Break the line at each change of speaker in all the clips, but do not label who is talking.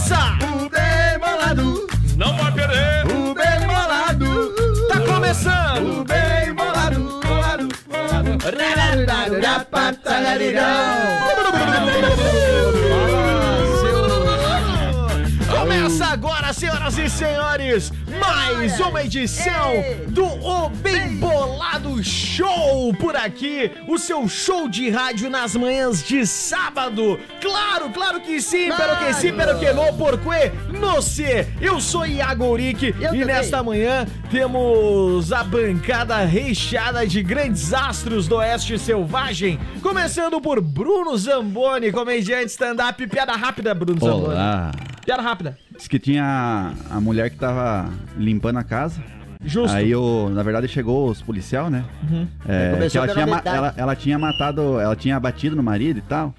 Tá Marilão! Começa agora, senhoras e senhores, mais uma edição do O Bem Bolado Show por aqui, o seu show de rádio nas manhãs de sábado. Claro, claro que sim, pero que sim, pero que não, porque no se. Eu sou Iago Uric e
também.
nesta manhã temos a bancada recheada de grandes astros do Oeste Selvagem, começando por Bruno Zamboni, comediante stand-up, piada rápida, Bruno Zamboni.
Olá.
Piada rápida.
Diz que tinha a mulher que tava limpando a casa.
Justo.
Aí, o, na verdade, chegou os policial, né? É,
Começou
que ela,
pela
tinha, ma-
metade.
ela, ela tinha matado, ela tinha batido no marido e tal.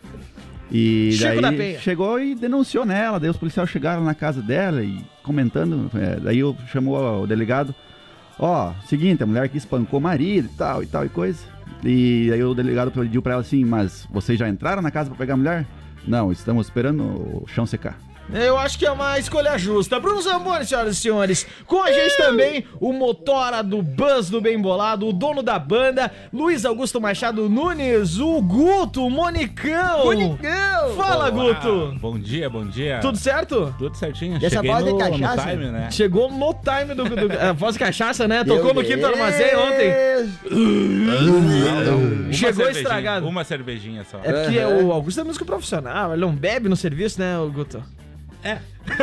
E
Chico da
daí
Penha.
chegou e denunciou nela. Daí os policiais chegaram na casa dela e comentando. é, daí eu- chamou o delegado. Ó, seguinte, a mulher que espancou o marido e tal e tal e coisa. E aí o delegado pediu pra ela assim, mas vocês já entraram na casa pra pegar a mulher? Não, estamos esperando o chão secar.
Eu acho que é uma escolha justa. Bruno Zamboni, senhoras e senhores. Com a gente também o motora do Buzz do Bem Bolado, o dono da banda, Luiz Augusto Machado Nunes, o Guto, o Monicão. Fala,
Olá,
Guto.
Bom dia, bom dia.
Tudo certo?
Tudo certinho.
Dessa
Cheguei
bola de
no,
cachaça.
no time, né?
Chegou no time do, do a voz de cachaça, né? Tocou no quinto armazém ontem.
Uma
Chegou
cervejinha,
estragado.
Uma cervejinha só.
É porque o Augusto é músico profissional, ele não bebe no serviço, né, o Guto? É.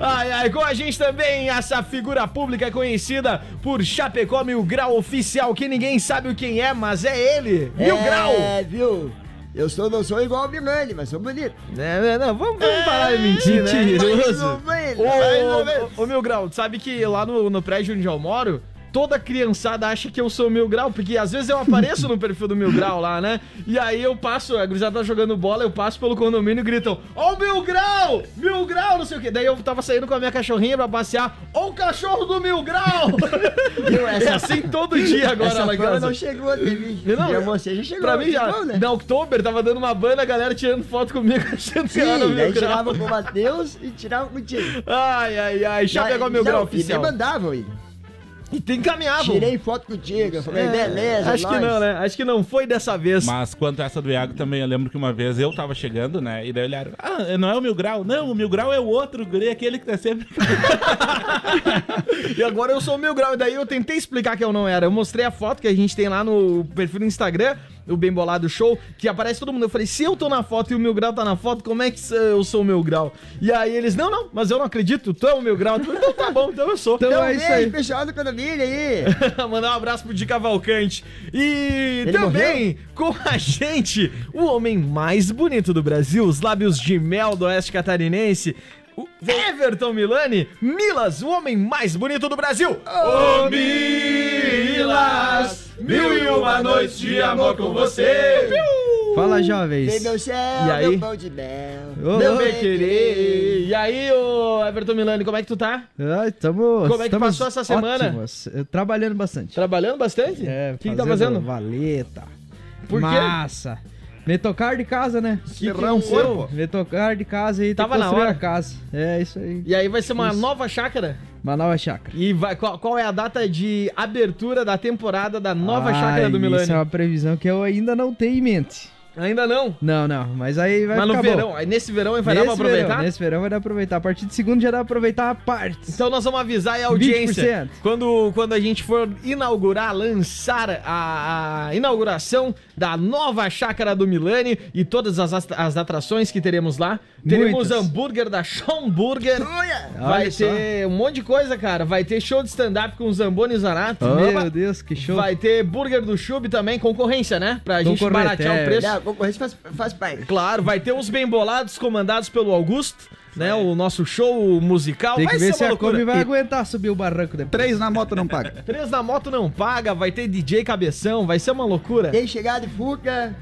ai, ai, com a gente também essa figura pública conhecida por Chapecó Mil Grau Oficial, que ninguém sabe o quem é, mas é ele, Mil Grau.
É, viu? Eu sou, não sou igual o Milani, mas sou bonito.
É, é, não, vamos, vamos parar de mentir, né?
Mentiroso.
Ô, ô, ô, ô, Mil Grau, tu sabe que lá no, no prédio onde eu moro, toda criançada acha que eu sou o Mil Grau, porque às vezes eu apareço no perfil do Mil Grau lá, né? E aí eu passo, a gurizada tá jogando bola, eu passo pelo condomínio e gritam, ó o Mil Grau, Mil Grau, não sei o quê. Daí eu tava saindo com a minha cachorrinha pra passear, ó o cachorro do Mil Grau! é assim todo dia agora
Essa
lá em
fama
casa.
não chegou até mim.
Não,
Já você já chegou.
Pra mim já,
chegou, né?
na October, tava dando uma banda, a galera tirando foto comigo, achando que eu era o
Sim,
Mil
daí
Grau.
tirava com o Matheus e tirava contigo.
Ai, ai, ai, já pegou Mil Grau
Não, E
oficial.
me mandavam ainda.
E tem encaminhado.
Tirei foto contigo. Eu falei,
É,
beleza,
Acho que
nós.
não, né? Acho que não foi dessa vez.
Mas quanto a essa do Iago também, eu lembro que uma vez eu tava chegando, né? E daí olharam, ah, não é o Mil Grau. Não, o Mil Grau é o outro guri, aquele que tá sempre...
E agora eu sou o mil grau. E daí eu tentei explicar que eu não era. Eu mostrei a foto que a gente tem lá no perfil do Instagram, o Bem Bolado Show, que aparece todo mundo. Eu falei, se eu tô na foto e o mil grau tá na foto, como é que eu sou o mil grau? E aí eles, não, não, mas eu não acredito, tu é o mil grau. Eu falei, então tá bom, então eu sou.
Então é isso aí. pessoal do condomínio aí.
Mandar um abraço pro Di Cavalcante. E
Ele
também com a gente, o homem mais bonito do Brasil, os lábios de mel do Oeste Catarinense. O Everton Milani, Milas, o homem mais bonito do Brasil. Ô Milas, mil e uma noites de amor com você.
Fala,
Vem
jovens.
meu céu,
E aí?
meu pão de mel.
Ô,
Não
meu
me
bem
querer. E aí, ô Everton Milani, como é que tu tá?
Ai, Ah, tamo,
Como é que
tamo
passou essa semana?
ótimos. Eh, Trabalhando bastante. É,
Trabalhando bastante? o que, que tá fazendo?
Valeta.
Por quê?
Massa. Me tocar de casa, né?
que
aconteceu?
corpo?
Me tocar de casa e tem
Tava
que
na
construir
hora.
a casa. É isso aí.
E aí vai ser uma
Isso.
nova chácara?
Uma nova chácara.
E vai- qual, qual é a data de abertura da temporada da nova
Ai,
chácara do Milani?
Isso é uma previsão que eu ainda não tenho em mente.
Ainda não.
Não, não. Mas aí vai
Mas no
ficar
verão,
bom.
aí nesse verão aí vai dar
nesse
pra aproveitar?
Verão, nesse verão vai dar pra aproveitar. A partir de segundo já dá pra aproveitar a parte.
Então nós vamos avisar aí a audiência.
20%.
Quando, quando a gente for inaugurar, lançar a, a inauguração da nova chácara do Milani e todas as, ast- as atrações que teremos lá. Teremos
Muitas.
hambúrguer da Schomburger.
Olha!
Vai
Olha só.
ter um monte de coisa, cara. Vai ter show de stand-up com Zamboni e Zanato.
Oh, Meu Deus, que show.
Então, Vai ter burger do Chub também, concorrência, né? Pra gente
Concorrente,
baratear
é.
o preço.
Não, a concorrência "Ah, faz, faz parte.
Claro, vai ter os bem bolados comandados pelo Augusto, né? O nosso show musical.
Tem
vai
que ver
ser
se
uma
a
loucura.
Kombi vai aguentar subir o barranco depois.
Três na moto não paga.
Três na moto não paga, vai ter DJ cabeção, vai ser uma loucura.
Tem chegada de Fuca,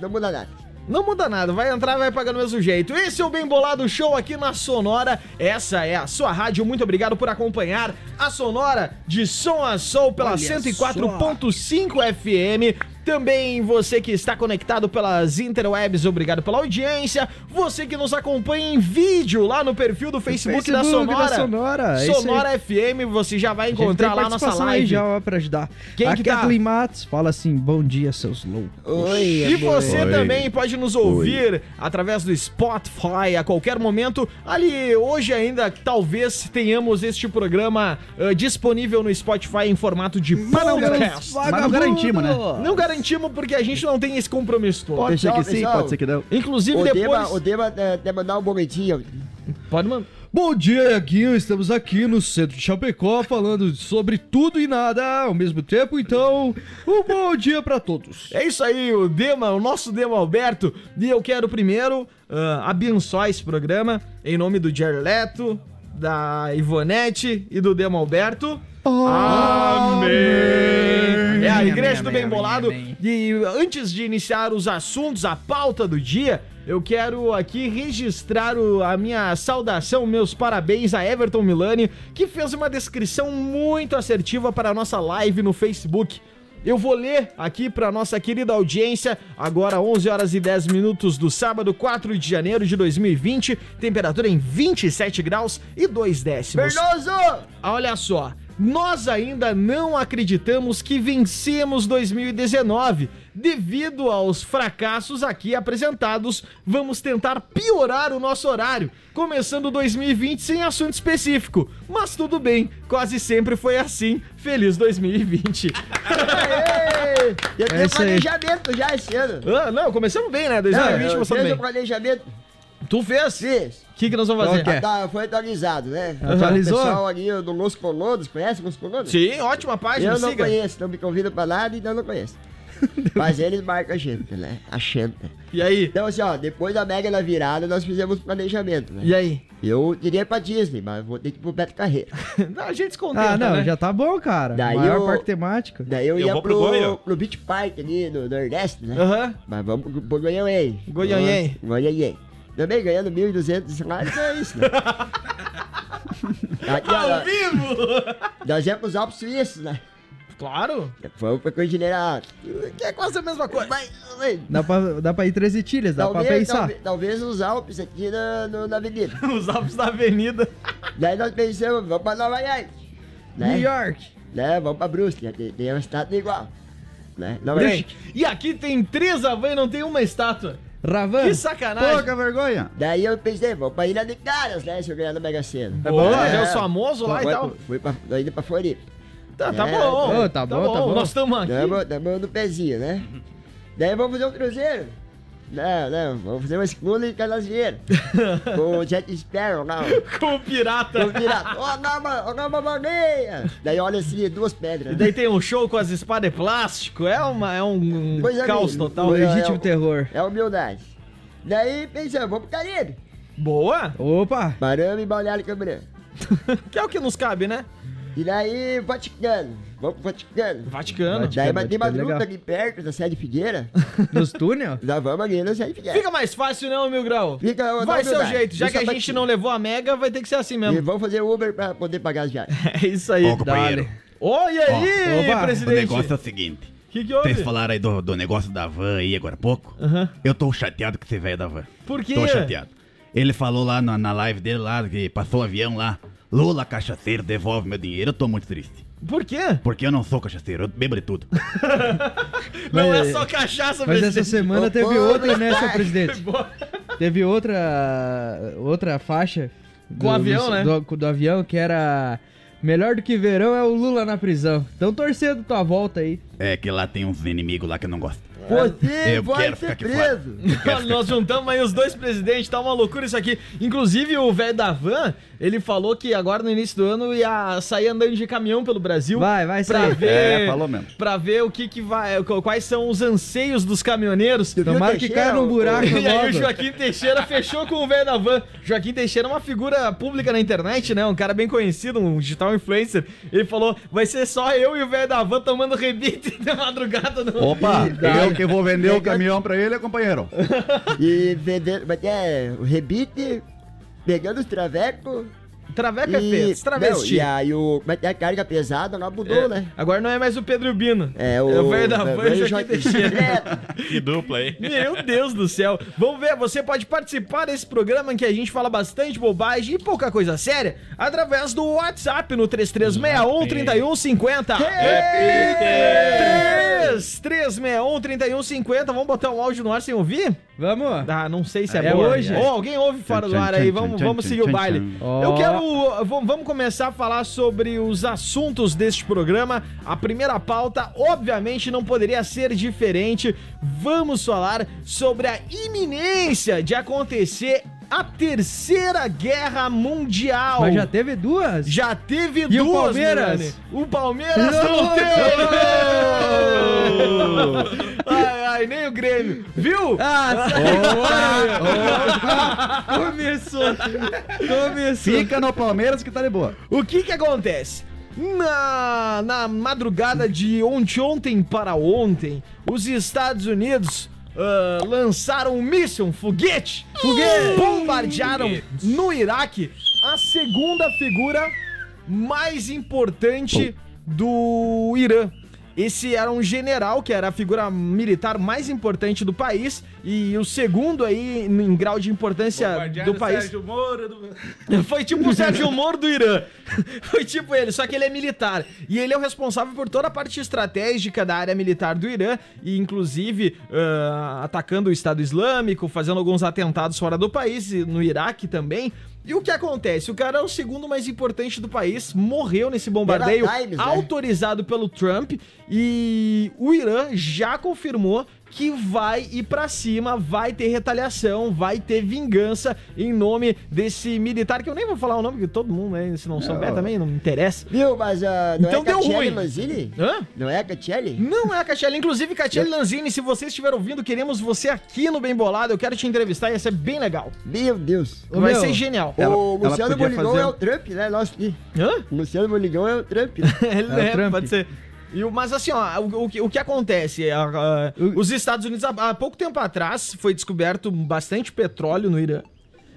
não muda nada.
Não muda nada, vai entrar, vai pagar do mesmo jeito. Esse é o Bem Bolado Show aqui na Sonora. Essa é a sua rádio. Muito obrigado por acompanhar a Sonora de som a sol pela 104.5 FM. Também você que está conectado pelas interwebs, obrigado pela audiência. Você que nos acompanha em vídeo lá no perfil do Facebook, da
Facebook
Sonora.
da Sonora, é isso aí.
Sonora FM, você já vai
gente tem
encontrar lá a nossa
participação aí
live.
já, ó, pra ajudar.
Quem
a
que tá?
Kathleen Matos fala assim, bom dia, seus loucos.
Oi,
E
amor.
você também pode nos ouvir através do Spotify a qualquer momento. Ali, hoje ainda, talvez tenhamos este programa ah, disponível no Spotify em formato de podcast.
Mas não garantimos, né?
Não garantimos porque a gente não tem esse compromisso todo.
Pode ser
Pessoal,
que sim,
pessoal.
pode ser que um. não.
Inclusive,
O
depois.
Deba, o Deba eh, até mandar um momentinho.
Pode mandar.
Bom dia, Guinho. Estamos aqui no centro de Chapecó falando sobre tudo e nada ao mesmo tempo. Então, um bom dia pra todos.
É isso aí, o Dema, o nosso Dema Alberto. E eu quero primeiro ah, abençoar esse programa em nome do Jerry Leto, da Ivonete e do Dema Alberto. Amém! É a Igreja do Bem Bolado. E antes de iniciar os assuntos, a pauta do dia, eu quero aqui registrar o- a minha saudação, meus parabéns a Everton Milani, que fez uma descrição muito assertiva para a nossa live no Facebook. Eu vou ler aqui para nossa querida audiência, agora 11 horas e 10 minutos do sábado, 4 de janeiro de 2020, temperatura em 27 graus e 2 décimos.
Verdoso!
Olha só, nós ainda não acreditamos que vencemos 2019. Devido aos fracassos aqui apresentados, vamos tentar piorar o nosso horário, começando 2020 sem assunto específico. Mas tudo bem, quase sempre foi assim. Feliz 2020.
Aê! Eu tenho
É isso aí.
planejamento já esse ano.
Ah, não, começamos bem, né?
Não,
2020
eu
começamos
fiz
bem.
o planejamento.
Tu fez? O
Fiz.
que, que nós vamos fazer?
Qual que é?
Tá, foi atualizado, né?
Atualizou?
O pessoal ali do Los Colonos, conhece Los Colonos?
Sim, ótima página,
Eu não
siga.
conheço, não me convida pra nada, então eu não conheço. Mas eles marcam a gente, né? A gente.
E aí?
Então, assim, ó, depois da mega da virada, nós fizemos planejamento, né?
E aí?
Eu diria pra Disney, mas vou ter que ir pro Beto Carreiro.
Não, a gente se contenta,
Ah, não,
né?
já tá bom, cara.
Daí
Maior
eu-
parque temático.
Daí eu,
Eu
ia
vou
pro,
pro Goiânia.
pro, Beach Park ali no Nordeste, né?
Aham.
Mas vamos pro, pro Goianhém.
Goianhém.
Nossa, Goianhém. Também ganhando 1.200 reais, é isso, né? Aqui, ó,
Ao
nós-
vivo!
nós íamos pros Alpes Suíços, né?
Claro!
Fomos pra Cordilheira Alta.
Que é quase a mesma coisa.
Mas, ué,
Dá pra, dá pra ir três etilhas, dá pra
talvez,
pensar.
talvez, talvez os Alpes aqui na, no- na avenida.
Os Alpes da Avenida.
Daí nós pensamos, vamos pra Nova York.
New
Né?
York.
né? Vamos pra Brusque, tem, tem uma estátua igual. Né? Nova
Bem,
York.
E aqui tem três Havaí e não tem uma estátua.
Ravan.
Que sacanagem!
Pouca vergonha.
Daí eu pensei, vamos pra Ilha de Caras, né? Se eu ganhar na Mega Sena.
É bom,
Boa,
né?
é.
Os famosos lá e
Foi-
tal.
Fui pra, tô indo pra Floripa.
Tá, tá
É,
bom.
tá- tá bom, tá bom.
Nós estamos aqui.
Tamo, tamo no pezinho, né? Daí vamos fazer um cruzeiro. Não, não, vamos fazer uma escula em Canasvieira. com o Jet Sparrow, não.
Com o pirata.
Com o pirata. Ó, dá uma, ó, dá uma baleia. Daí olha assim, duas pedras.
E
né?
daí tem um show com as espadas de plástico. É, uma, é um
Pois é,
caos
amigo.
total.
O legítimo
é o-
terror.
É humildade. Daí pensamos, vamos pro Caribe.
Boa!
Opa!
Paramos em Balneário Camboriú.
Que é o que nos cabe, né?
E daí, Vaticano. Vamos pro Vaticano.
Vaticano.
Vaticano.
Daí, mas tem
Vaticano é
madruga
legal.
ali perto da sede Figueira.
Nos túnel?
Nós vamos ali na sede Figueira.
Fica mais fácil, não, Mil Grau?
Fica, eu
vai
dou
ser o
humildade.
jeito. Já
Deixa
que a
pra
gente
ti.
não levou a Mega, vai ter que ser assim
E
mesmo.
vamos fazer Uber pra poder pagar as viagens.
É isso aí.
Ô, companheiro,
Olha aí,
Opa,
o
presidente.
negócio é o seguinte.
O que, que
Vocês
houve?
falaram aí do, do negócio da van aí agora há pouco.
Aham.
Eu tô chateado com esse velho da van.
Por quê?
Tô chateado. Ele falou lá na, na live dele lá, que passou um avião lá. Lula, cachaceiro, devolve meu dinheiro. Eu tô muito triste.
Por quê?
Porque eu não sou cachaceiro, eu bebo de tudo.
Não
Mas-
é só cachaça,
Mas essa
presidente.
semana
Opa,
teve outra, né,
Deus.
seu presidente?
Boa.
Teve outra outra faixa do,
Com o avião,
do-
né?
Do, do avião que era melhor do que verão é o Lula na prisão. Então torcendo tua volta aí.
É que lá tem uns inimigos lá que eu não gosto.
Você
Eu
vai
quero
ser
ficar aqui fora.
preso.
É. Nós juntamos aí os dois presidentes, tá uma loucura isso aqui. Inclusive, o velho da van, ele falou que agora no início do ano ia sair andando de caminhão pelo Brasil.
Vai, vai
Pra
sair.
ver,
É, falou mesmo.
pra ver o que que vai, quais são os anseios dos caminhoneiros.
viu
Tomara
o
que
Teixeira,
caia num
o-
buraco
E aí o
logo.
Joaquim Teixeira fechou com o velho da van. Joaquim Teixeira é uma figura pública na internet, né? Um cara bem conhecido, um digital influencer. Ele falou: vai ser só eu e o velho da van tomando rebite na madrugada no.
Opa, eu que vou vender o caminhão pra ele, companheiro.
E vendendo, mas é, o rebite, pegando os travecos
Traveco é
E-
feio, se
Não,
travesti.
e aí o. Como é que é? Carga pesada, ela mudou,
É,
né?
Agora não é mais o Pedro Bino.
É o.
velho da
o É,
van, o Joaquim
Joaquim
Teixeira.
Teixeira.
Que dupla aí.
Meu Deus do céu. Vamos ver, você pode participar desse programa em que a gente fala bastante bobagem e pouca coisa séria através do WhatsApp no 3361 3150. 3361 3150. Vamos botar um áudio no ar sem ouvir?
Vamos.
Ah, não sei se é,
É
boa.
hoje?
Ou alguém ouve fora do
Tchan,
ar
tchan,
aí,
tchan,
vamos,
tchan,
vamos
tchan,
seguir o
tchan,
baile.
tchan.
Eu
Ó.
quero. Vamos vamos começar a falar sobre os assuntos deste programa. A primeira pauta, obviamente, não poderia ser diferente. Vamos falar sobre a iminência de acontecer a Terceira Guerra Mundial.
Mas já teve duas?
Já teve
E o
duas,
Palmeiras?
Milani. O Palmeiras não,
Não
teve! ai, ai, nem o Grêmio. Viu?
Ah, sai fora, meu. Começou. Começou.
Fica no Palmeiras que tá de boa.
O que que acontece? Na, na madrugada de ontem, ontem para ontem, os Estados Unidos ah, lançaram um míssil, um foguete, bombardearam no Iraque a segunda figura mais importante do Irã. Esse era um general, que era a figura militar mais importante do país, e o segundo aí em grau de importância É, do país.
Sérgio Moro, do...
Foi tipo o Sérgio Moro do Irã. Foi tipo ele, só que ele é militar. E ele é o responsável por toda a parte estratégica da área militar do Irã, e inclusive ah, atacando o Estado Islâmico, fazendo alguns atentados fora do país, e no Iraque também. E o que acontece? O cara é o segundo mais importante do país, morreu nesse bombardeio
Era Times, né?
autorizado pelo Trump e o Irã já confirmou que vai ir pra cima, vai ter retaliação, vai ter vingança em nome desse militar que eu nem vou falar o nome porque todo mundo, né, se não souber também não me interessa.
Viu, mas ah, não
Então
é
deu
Catiele
ruim.
Manzini?
Hã?
Não é Catiele?
Não é a Cachelli. Inclusive, Cachelli Lanzini, se você estiver ouvindo, queremos você aqui no Bem Bolado. Eu quero te entrevistar, ia ser bem legal.
Meu Deus.
Ô,
Vai
meu,
ser genial.
Ela-
o
ela
Luciano
podia
Boligão
fazer
é
um-
o Trump, né? Nossa, ih,
Hã?
o Luciano Boligão é o Trump. né?
Ele
É o
é,
Trump.
pode ser. E o- mas assim, ó, o, o que- o que acontece? é, ah, os Estados Unidos, há, há pouco tempo atrás, foi descoberto bastante petróleo no Irã.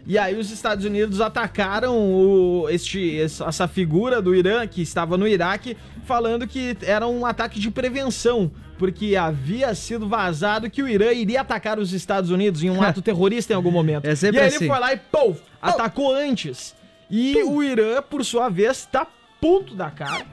E aí os Estados Unidos atacaram o- este, essa essa figura do Irã que estava no Iraque, falando que era um ataque de prevenção, porque havia sido vazado que o Irã iria atacar os Estados Unidos em um ato terrorista em algum momento.
É sempre
e aí ele
assim.
foi lá e, pô, atacou antes. E o Irã, por sua vez, tá puto da cara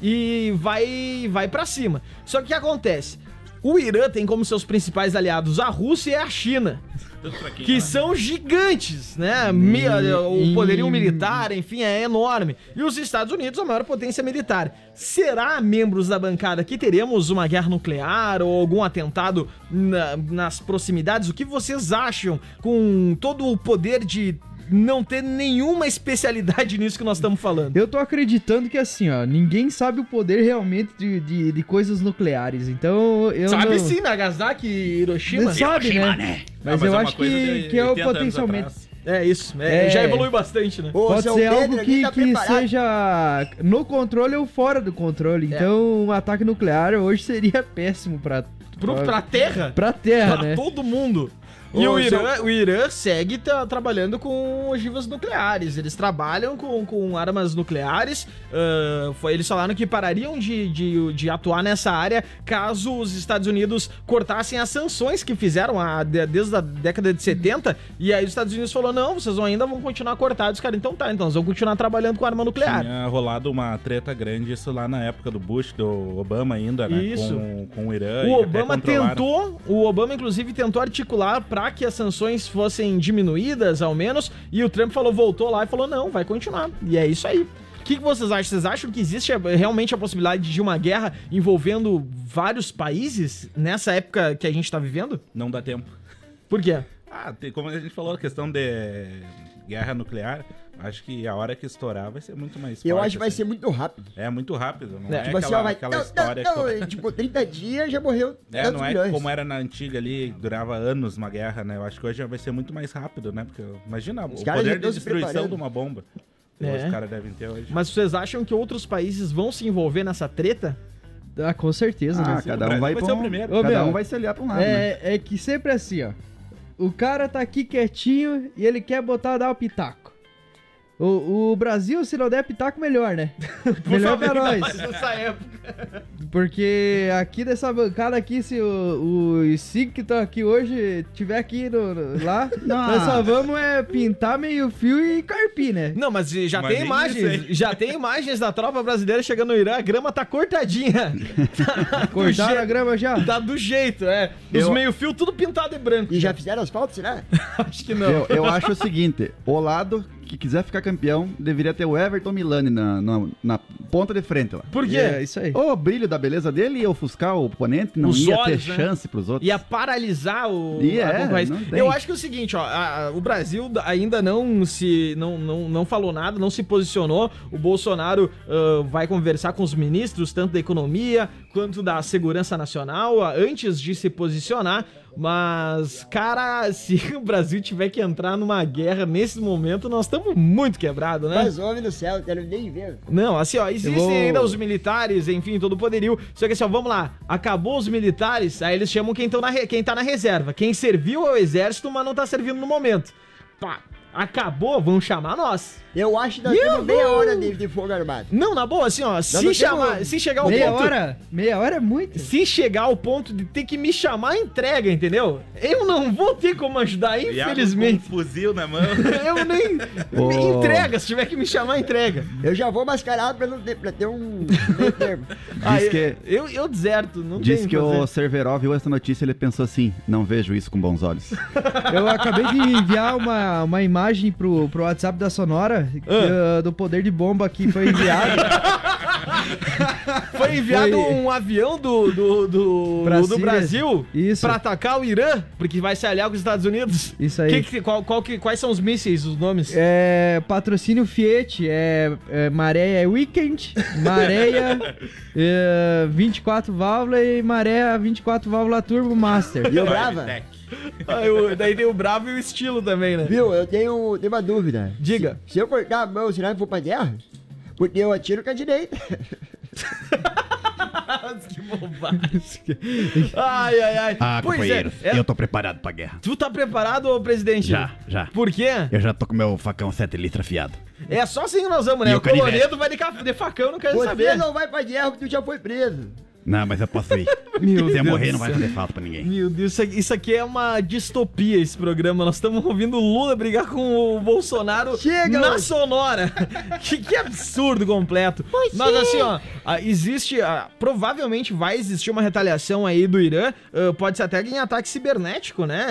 e vai vai para cima. Só que o que acontece? O Irã tem como seus principais aliados a Rússia e a China
Tudo pra quem,
que
né?
são gigantes, né? Mi- o poderio militar, enfim, é enorme. E os Estados Unidos, a maior potência militar. Será, membros da bancada, que teremos uma guerra nuclear ou algum atentado na- nas proximidades? O que vocês acham com todo o poder de não ter nenhuma especialidade nisso que nós estamos falando?
Eu tô acreditando que assim, ó, ninguém sabe o poder realmente de, de, de coisas nucleares. Então eu
Sabe
não...
sim, Nagasaki e Hiroshima?
Sabe, né? Mas,
Ah,
eu
é uma
acho
coisa
que,
de
que é o
80 anos
potencialmente.
atrás.
É isso, é-
É.
já evolui bastante, né?
O
Pode
seu
ser
Pedro
algo
ali
que,
tá
que
preparado. É.
seja no controle ou fora do controle. Então, um ataque nuclear hoje seria péssimo pra,
Pro,
pra,
pra Terra?
pra Terra,
Pra
né?
Tá todo mundo. E
Ô,
o Irã, o Irã segue tá, trabalhando com ogivas nucleares. Eles trabalham com, com armas nucleares. Ah, foi, eles falaram que parariam de, de, de atuar nessa área caso os Estados Unidos cortassem as sanções que fizeram a, de- desde a década de 70. E aí os Estados Unidos falou: não, vocês vão ainda vão continuar cortados, cara. Então tá, então eles vão continuar trabalhando com arma nuclear.
Tinha rolado uma treta grande, isso lá na época do Bush, do Obama ainda, né?
Isso.
Com, com o Irã. e
O
até
Obama
controlaram.
tentou, o Obama inclusive tentou articular para que as sanções fossem diminuídas, ao menos, e o Trump falou, voltou lá e falou, não, vai continuar. E é isso aí. O que, que vocês acham? Vocês acham que existe eh, realmente a possibilidade de uma guerra envolvendo vários países nessa época que a gente tá vivendo?
Não dá tempo.
Por quê?
Ah, tem, como a gente falou, a questão de guerra nuclear, acho que a hora que estourar vai ser muito mais
Eu
forte,
acho que vai
assim.
ser muito rápido.
É muito rápido, não
É,
é,
tipo assim,
aquela,
ó, vai.
aquela
não,
história...
não,
que-
não, tipo, 30 dias já morreu.
É,
tantos
não é
milhões.
como era na antiga ali, durava anos uma guerra, né? Eu acho que hoje vai ser muito mais rápido, né? Porque imagina o
caras já
poder de
estão se
destruição
preparando.
de uma bomba. que
É.
Os caras devem ter hoje.
Mas vocês acham que outros países vão se envolver nessa treta?
Ah, com certeza,
Ah,
né?
cada
Brasil
um vai,
vai
pra
ser o
um-
primeiro.
Ô,
Cada
meu,
um vai se olhar pra um lado, né?
É, é que sempre é assim, ó. O cara tá aqui quietinho e ele quer botar dar o pitaco. O, o Brasil, se não der pitaco, melhor, né? melhor pra nós.
Nessa época.
Porque aqui nessa bancada aqui, se o- os cinco que estão aqui hoje tiver aqui no, no- lá,
Não.
nós só vamos é, pintar meio fio e carpir, né?
Não, mas já
Mas
tem
nem
imagens.
isso,
já tem imagens da tropa brasileira chegando no Irã. A grama tá cortadinha. Tá do
Cortaram a
jeito-
grama já?
Tá do jeito, é. Os
Eu-
meio-fio tudo pintado e branco.
E já fizeram né? asfalto, será?
Acho que não.
Eu, eu acho o seguinte: o lado que quiser ficar campeão deveria ter o Everton Milani na, na, na ponta de frente lá.
Por quê?
É, isso aí.
O brilho da beleza dele ia ofuscar o oponente, não
Os
ia
olhos,
ter
né?
chance pros outros.
Ia paralisar o
E
a
é,
concorrência.
não tem.
Eu acho que é o seguinte, ó, a- a- o Brasil ainda não se não, não, não falou nada, não se posicionou. O Bolsonaro ah, vai conversar com os ministros tanto da economia quanto da segurança nacional ah, antes de se posicionar. Mas, cara, se o Brasil tiver que entrar numa guerra nesse momento, nós estamos muito quebrados, né?
Mas, homem do céu, eu quero nem ver.
Não, assim, ó, existem
vou-
ainda os militares, enfim, todo o poderio. Só que assim, ó, vamos lá. Acabou os militares, aí eles chamam quem, tão na re- quem tá na reserva. Quem serviu ao exército, mas não tá servindo no momento. Pá, acabou, vão chamar nós.
Eu acho que nós temos meia hora de, de fogo armado.
Não, na boa, assim, ó, se,
temos
chamar, se chegar ao
Meia
ponto.
hora? Meia hora é muito.
Se chegar ao ponto de ter que me chamar, entrega, entendeu? Eu não vou ter como ajudar, infelizmente.
Com um fuzil na mão.
Eu nem. me
Ô.
Entrega, se tiver que me chamar, entrega.
Eu já vou mascarado pra, não ter, pra ter um meio termo.
Diz
que-
eu, eu deserto, não
Diz
tem
que
o fazer.
o Cerveró viu essa notícia e ele pensou assim: não vejo isso com bons olhos.
Eu acabei de enviar uma, uma imagem pro, pro WhatsApp da Sonora que,
Ah.
ah, do poder de bomba que foi enviado.
Foi enviado
Foi-
um avião do, do, do,
Pra
do
Síria.
Brasil
Isso.
pra atacar o Irã, porque vai se aliar com os Estados Unidos.
Isso aí.
Que que- qual- qual que- quais são os mísseis, os nomes?
É, patrocínio Fiat, é, é maré é weekend, maréia é, 24 válvula e maré 24 válvula turbo master.
E eu brava?
Ah, eu- daí tem o bravo e o estilo também, né?
Viu, eu tenho, tenho uma dúvida.
Diga.
Se eu cortar a mão, será que eu vou pra guerra? Porque eu atiro com a direita.
que bobagem. Ai, ai, ai.
Ah, companheiro,
é, é-
eu tô preparado pra guerra.
Tu tá preparado, ô presidente?
Já, já.
Por quê?
Eu já tô com meu facão 7 litros afiado.
É só assim que nós vamos, né?
E
O
o canivete.
Colonedo vai de, ca- de facão, não quero
Você
saber.
não vai pra guerra porque tu já foi preso.
Não, mas eu posso ir.
Meu
Se eu
Deus
morrer,
do
não vai
céu.
fazer falta pra ninguém.
Meu Deus, isso aqui, isso aqui é uma distopia, esse programa. Nós estamos ouvindo o Lula brigar com o Bolsonaro
Chega,
na
ô.
sonora. que, que absurdo completo. Mas assim, ó, ah, existe. ah, provavelmente vai existir uma retaliação aí do Irã. ah, pode ser até em ataque cibernético, né?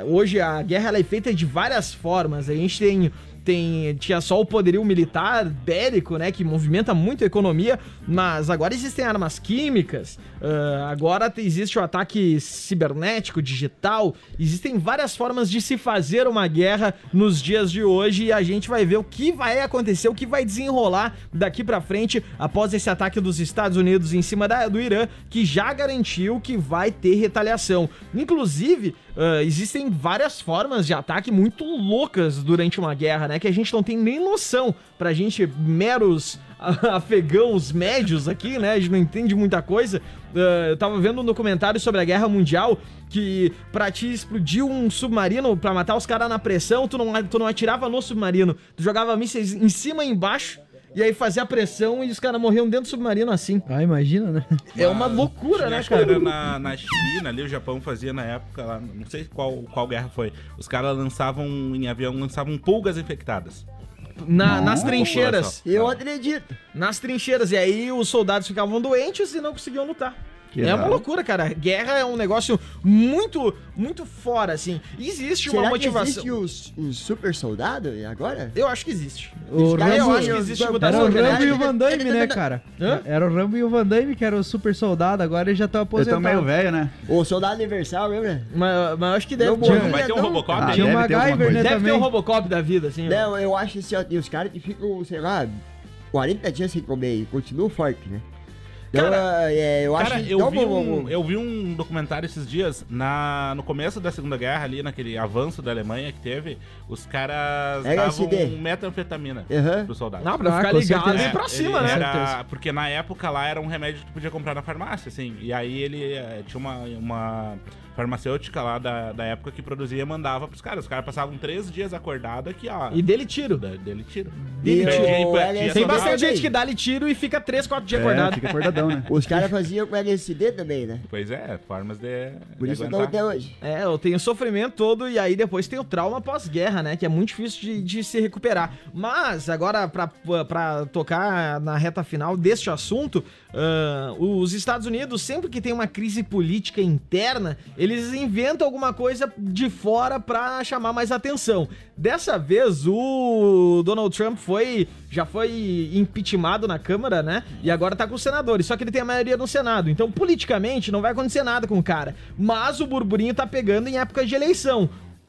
Eh, Hoje a guerra ela é feita de várias formas. A gente tem tem tinha só o poderio militar bélico, né, que movimenta muito a economia, mas agora existem armas químicas, ah, agora te- existe o ataque cibernético, digital, existem várias formas de se fazer uma guerra nos dias de hoje e a gente vai ver o que vai acontecer, o que vai desenrolar daqui pra frente após esse ataque dos Estados Unidos em cima da- do Irã, que já garantiu que vai ter retaliação. Inclusive, ah, existem várias formas de ataque muito loucas durante uma guerra, né? Que a gente não tem nem noção. Pra gente, meros afegãos médios aqui, né? A gente não entende muita coisa. Ah, eu tava vendo um documentário sobre a Guerra Mundial que pra ti explodir um submarino pra matar os caras na pressão, tu não, tu não atirava no submarino, tu jogava mísseis em cima e embaixo. E aí fazia pressão e os caras morriam dentro do submarino assim.
Ah, imagina, né?
É uma loucura, né,
Acho que era
cara?
na, na China, ali o Japão fazia na época, lá, não sei qual, qual guerra foi. Os caras lançavam em avião, lançavam pulgas infectadas.
Na- nas
Nossa.
trincheiras.
Eu acredito.
nas trincheiras. E aí os soldados ficavam doentes e não conseguiam lutar.
Que
é
irado.
uma loucura, cara. Guerra é um negócio muito, muito fora, assim. Existe uma
Será que
motivação.
existe os, os super soldado agora?
Eu acho que existe.
O
Cara, eu
Rambo-
acho que existe
Era
Era
mutação
o
genética.
Rambo e o Van Damme, né, cara?
Hã?
Era o Rambo e o Van Damme, que era o super soldado, agora eles já tá estão
Eu tô
aposentados.
meio velho, né?
O soldado universal, lembra?
Mas, mas eu acho que deve,
Não,
ter-
Não vai ter um Robocop
Ah,
aí?
Tinha
deve
uma
ter alguma
MacGyver, né,
deve
coisa.
ter
também.
um Robocop da vida, assim. ó.
Não, eu acho assim, ó, tem os caras que ficam, sei lá, 40 dias sem comer e continuam forte, né? Então,
Cara,
é, eu acho
Cara,
que-
eu
então,
vi,
vamos-
um,
vamos-
eu vi um documentário esses dias, na, no começo da Segunda Guerra, ali naquele avanço da Alemanha que teve, os caras
LSD.
davam metanfetamina
Aham.
pros soldados.
Não, pra
Ah,
ficar
com
ligado
certeza.
e pra cima,
É, ele
né?
Era, porque na época lá era um remédio que tu podia comprar na farmácia, assim. E aí ele eh, tinha é, uma, uma farmacêutica lá da, da época que produzia mandava pros caras. Os caras passavam três dias acordado aqui, ó.
E dele tiro.
da- dele tiro.
Dele
E
tiro.
Perdia
o
empatia
LSD
Tem
saudável.
bastante gente que dá-lhe tiro e fica 3, 4 dias
É,
acordado.
fica acordadão, né?
Os caras faziam com LSD também, né?
Pois é, formas de.
Por
de
isso não
aguentar.
até hoje.
É, eu tenho o sofrimento todo e aí depois tem o trauma pós-guerra, né? Que é muito difícil de, de se recuperar. Mas, agora, pra, pra tocar na reta final deste assunto, ah, os Estados Unidos, sempre que tem uma crise política interna, eles inventam alguma coisa de fora pra chamar mais atenção. Dessa vez, o Donald Trump foi já foi impeachmentado na Câmara, né? E agora tá com os senadores. Só que ele tem a maioria no Senado. Então, politicamente, não vai acontecer nada com o cara. Mas o burburinho tá pegando em época de eleição.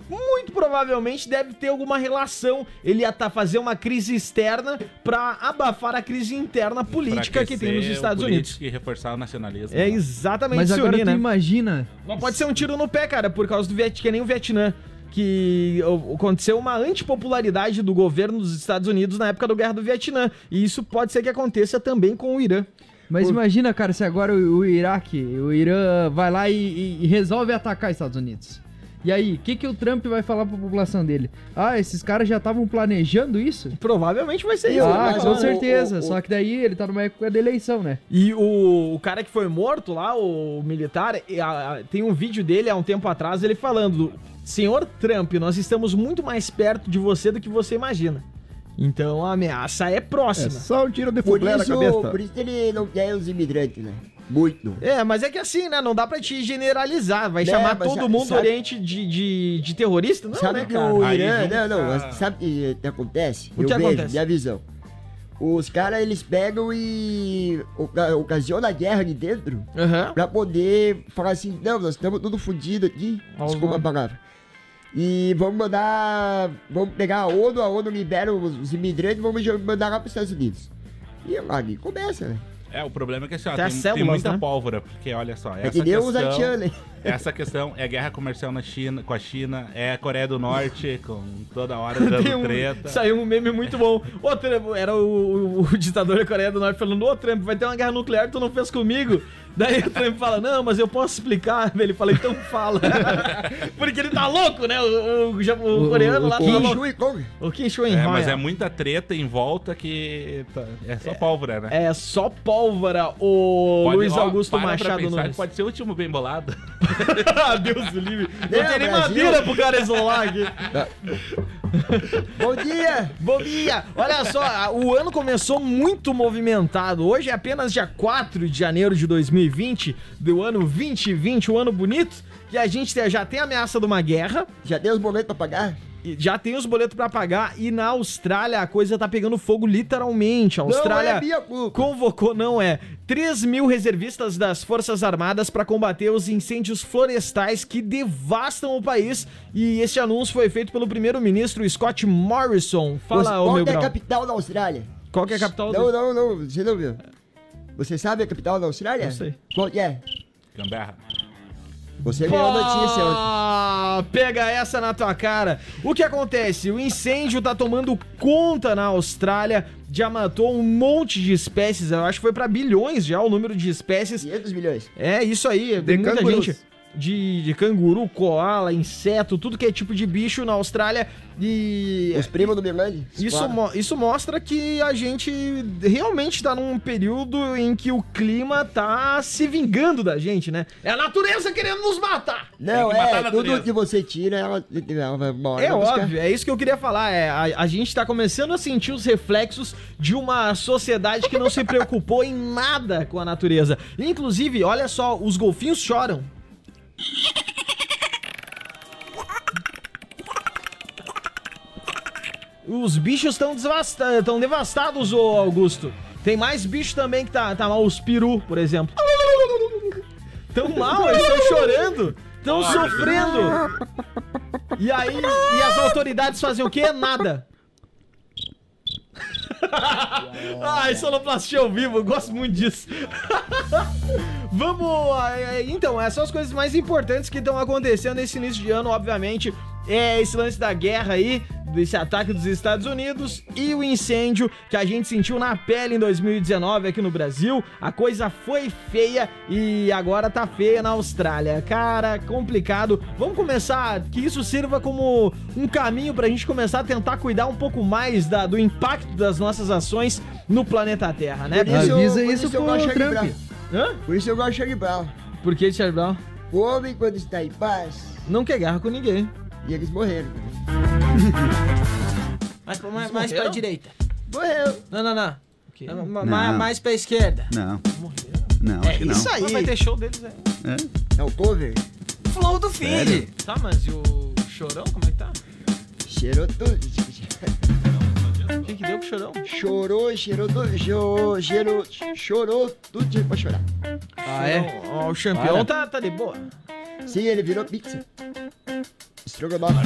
Muito provavelmente deve ter alguma relação. Ele ia tá fazer uma crise externa pra abafar a crise interna política que tem nos
Enfraquecer o
Estados
político
Unidos.
E reforçar o nacionalismo.
É
né?
exatamente
Mas
se
agora
unir,
tu
né?
imagina.
Mas pode ser um tiro no pé, cara, por causa do Vietnã, que é nem o Vietnã. Que o- aconteceu uma antipopularidade do governo dos Estados Unidos na época da guerra do Vietnã. E isso pode ser que aconteça também com o Irã.
Mas
Por-
imagina, cara, se agora o, o Iraque, o Irã vai lá e, e- e resolve atacar os Estados Unidos. E aí, o que, que o Trump vai falar pra população dele? Ah, esses caras já estavam planejando isso?
Provavelmente vai ser isso. né?
Ah,
mas
com
o-
certeza.
o- o-
Só que daí ele tá numa época de eleição, né?
E o, o cara que foi morto lá, o militar, e a- a- tem um vídeo dele há um tempo atrás, ele falando: Senhor Trump, nós estamos muito mais perto de você do que você imagina. Então a ameaça é
É
próxima.
só um tiro de
Por
fublé na
isso,
cabeça.
por isso ele não quer os imigrantes, né? Muito.
É, mas é que assim, né? Não dá pra te generalizar. Vai
É,
chamar
mas
todo
sa-
mundo do
sabe-
Oriente de, de, de terrorista? Não,
sabe
né,
que
cara?
o
Aí
Irã.
junta-
Não, não, mas sabe o que, que acontece?
O que
vejo,
acontece?
minha visão. Os caras eles pegam e oca ocasionam a guerra de dentro
Aham.
pra poder falar assim: não, nós estamos tudo fodido aqui.
Ó,
Desculpa a
vamos.
palavra. E vamos mandar. Vamos pegar a ONU, a ONU libera os, os imigrantes, vamos jo- mandar lá pros Estados Unidos. E ali começa, né?
É, o problema é que assim, ó,
Até
tem,
as
tem
células,
muita
né?
pólvora, porque olha só, essa
É que nem os
questão,
haitianos, né?
essa questão é guerra comercial na China, com a China, é a Coreia do Norte, com toda hora dando
Tem um-
treta.
saiu um meme muito bom. Ô, Trump, era o, o- o ditador da Coreia do Norte falando: Ô, Trump, vai ter uma guerra nuclear, tu não fez comigo. Daí o Trump fala: Não, mas eu posso explicar. Ele fala: Então fala. Porque ele tá louco, né? O, o, ja- o
O-
coreano
o
lá tá
Kim
louco.
Jong Kong.
O Kim Shui
É, mas é muita treta em volta que tá- é só pólvora, né?
É só pólvora o
Pode-
Luiz
ó,
Augusto
para pra
Machado
pensar que
Nunes.
Pode ser o último bem bolado.
Ah, Deus do livre. Não
Não,
tem nem
Brasil.
madeira pro cara isolar aqui.
Bom dia!
Bobinha! Olha só, a- o ano começou muito movimentado. Hoje é apenas dia 4 de janeiro de 2020, do ano 2020, um ano bonito. E a gente te- já tem a ameaça de uma guerra,
Já deu os boletos pra pagar?
e já tem os boletos pra pagar, e na Austrália a coisa tá pegando fogo literalmente. A Austrália.
Não é minha culpa.
Convocou, não é, 3 mil reservistas das Forças Armadas para combater os incêndios florestais que devastam o país. E este anúncio foi feito pelo primeiro-ministro Scott Morrison. Fala, ô
Qual
meu
que é a
grau.
capital da Austrália?
Qual que é a capital
Não, não, não, você não viu. Você sabe a capital da Austrália?
Não sei.
Qual que é?
Gamberra.
Você viu a notícia ontem.
Ah, pega essa na tua cara. O que acontece? O incêndio tá tomando conta na Austrália. Já matou um monte de espécies. Eu acho que foi pra bilhões já o número de espécies.
500 milhões.
É isso aí, tem muita gente. De, de canguru, koala, inseto, tudo que é tipo de bicho na Austrália. E
Os primos do Milândia?
isso, mo- isso mostra que a gente realmente tá num período em que o clima tá se vingando da gente, né? É a natureza querendo nos matar!
Não,
Tem que matar a
é, tudo
natureza.
que você tira, ela, ela vai embora. né,
É óbvio, é isso que eu queria falar. É, a, a gente tá começando a sentir os reflexos de uma sociedade que não se preocupou em nada com a natureza. Inclusive, olha só, os golfinhos choram. Os bichos estão estão devastados, ô Augusto. Tem mais bicho também que tá, tá mal, os peru, por exemplo. Tão mal, eles estão chorando, estão sofrendo. E aí, e as autoridades fazem o quê? Nada. Ai, sonoplastia ao vivo, eu gosto muito disso. Vamos, é, é, então, essas são as coisas mais importantes que estão acontecendo nesse início de ano, obviamente. É esse lance da guerra aí, desse ataque dos Estados Unidos e o incêndio que a gente sentiu na pele em 2019 aqui no Brasil. A coisa foi feia e agora tá feia na Austrália. Cara, complicado. Vamos começar que isso sirva como um caminho pra gente começar a tentar cuidar um pouco mais da- do impacto das nossas ações no planeta Terra, né?
Por isso-
Avisa
por
isso
isso eu
pro
gosto de
Trump.
Charlie
Hã?
Por isso eu gosto de Charlie Brown.
Por que, Charlie Brown?
O homem, quando está em paz,
Não quer guerra com ninguém.
e eles morreram.
Mais, pra- mais, mais pra
morreram?
direita.
Morreu.
Não, não, não. Ma- ma-
Não.
Mais pra esquerda.
Não. Não,
É
acho que não.
Pô, Vai ter show deles aí.
É.
É o cover.
Flow do feed.
Tá, mas e o Chorão, como é que tá?
Cheirou tudo.
O que, que deu com o Chorão?
Chorou, cheirou tudo. Chorou, cheirou, chorou tudo tinha pra chorar.
Ah, é? Ó, o campeão tá, tá de boa.
Sim, ele virou pizza. Estrogonofe.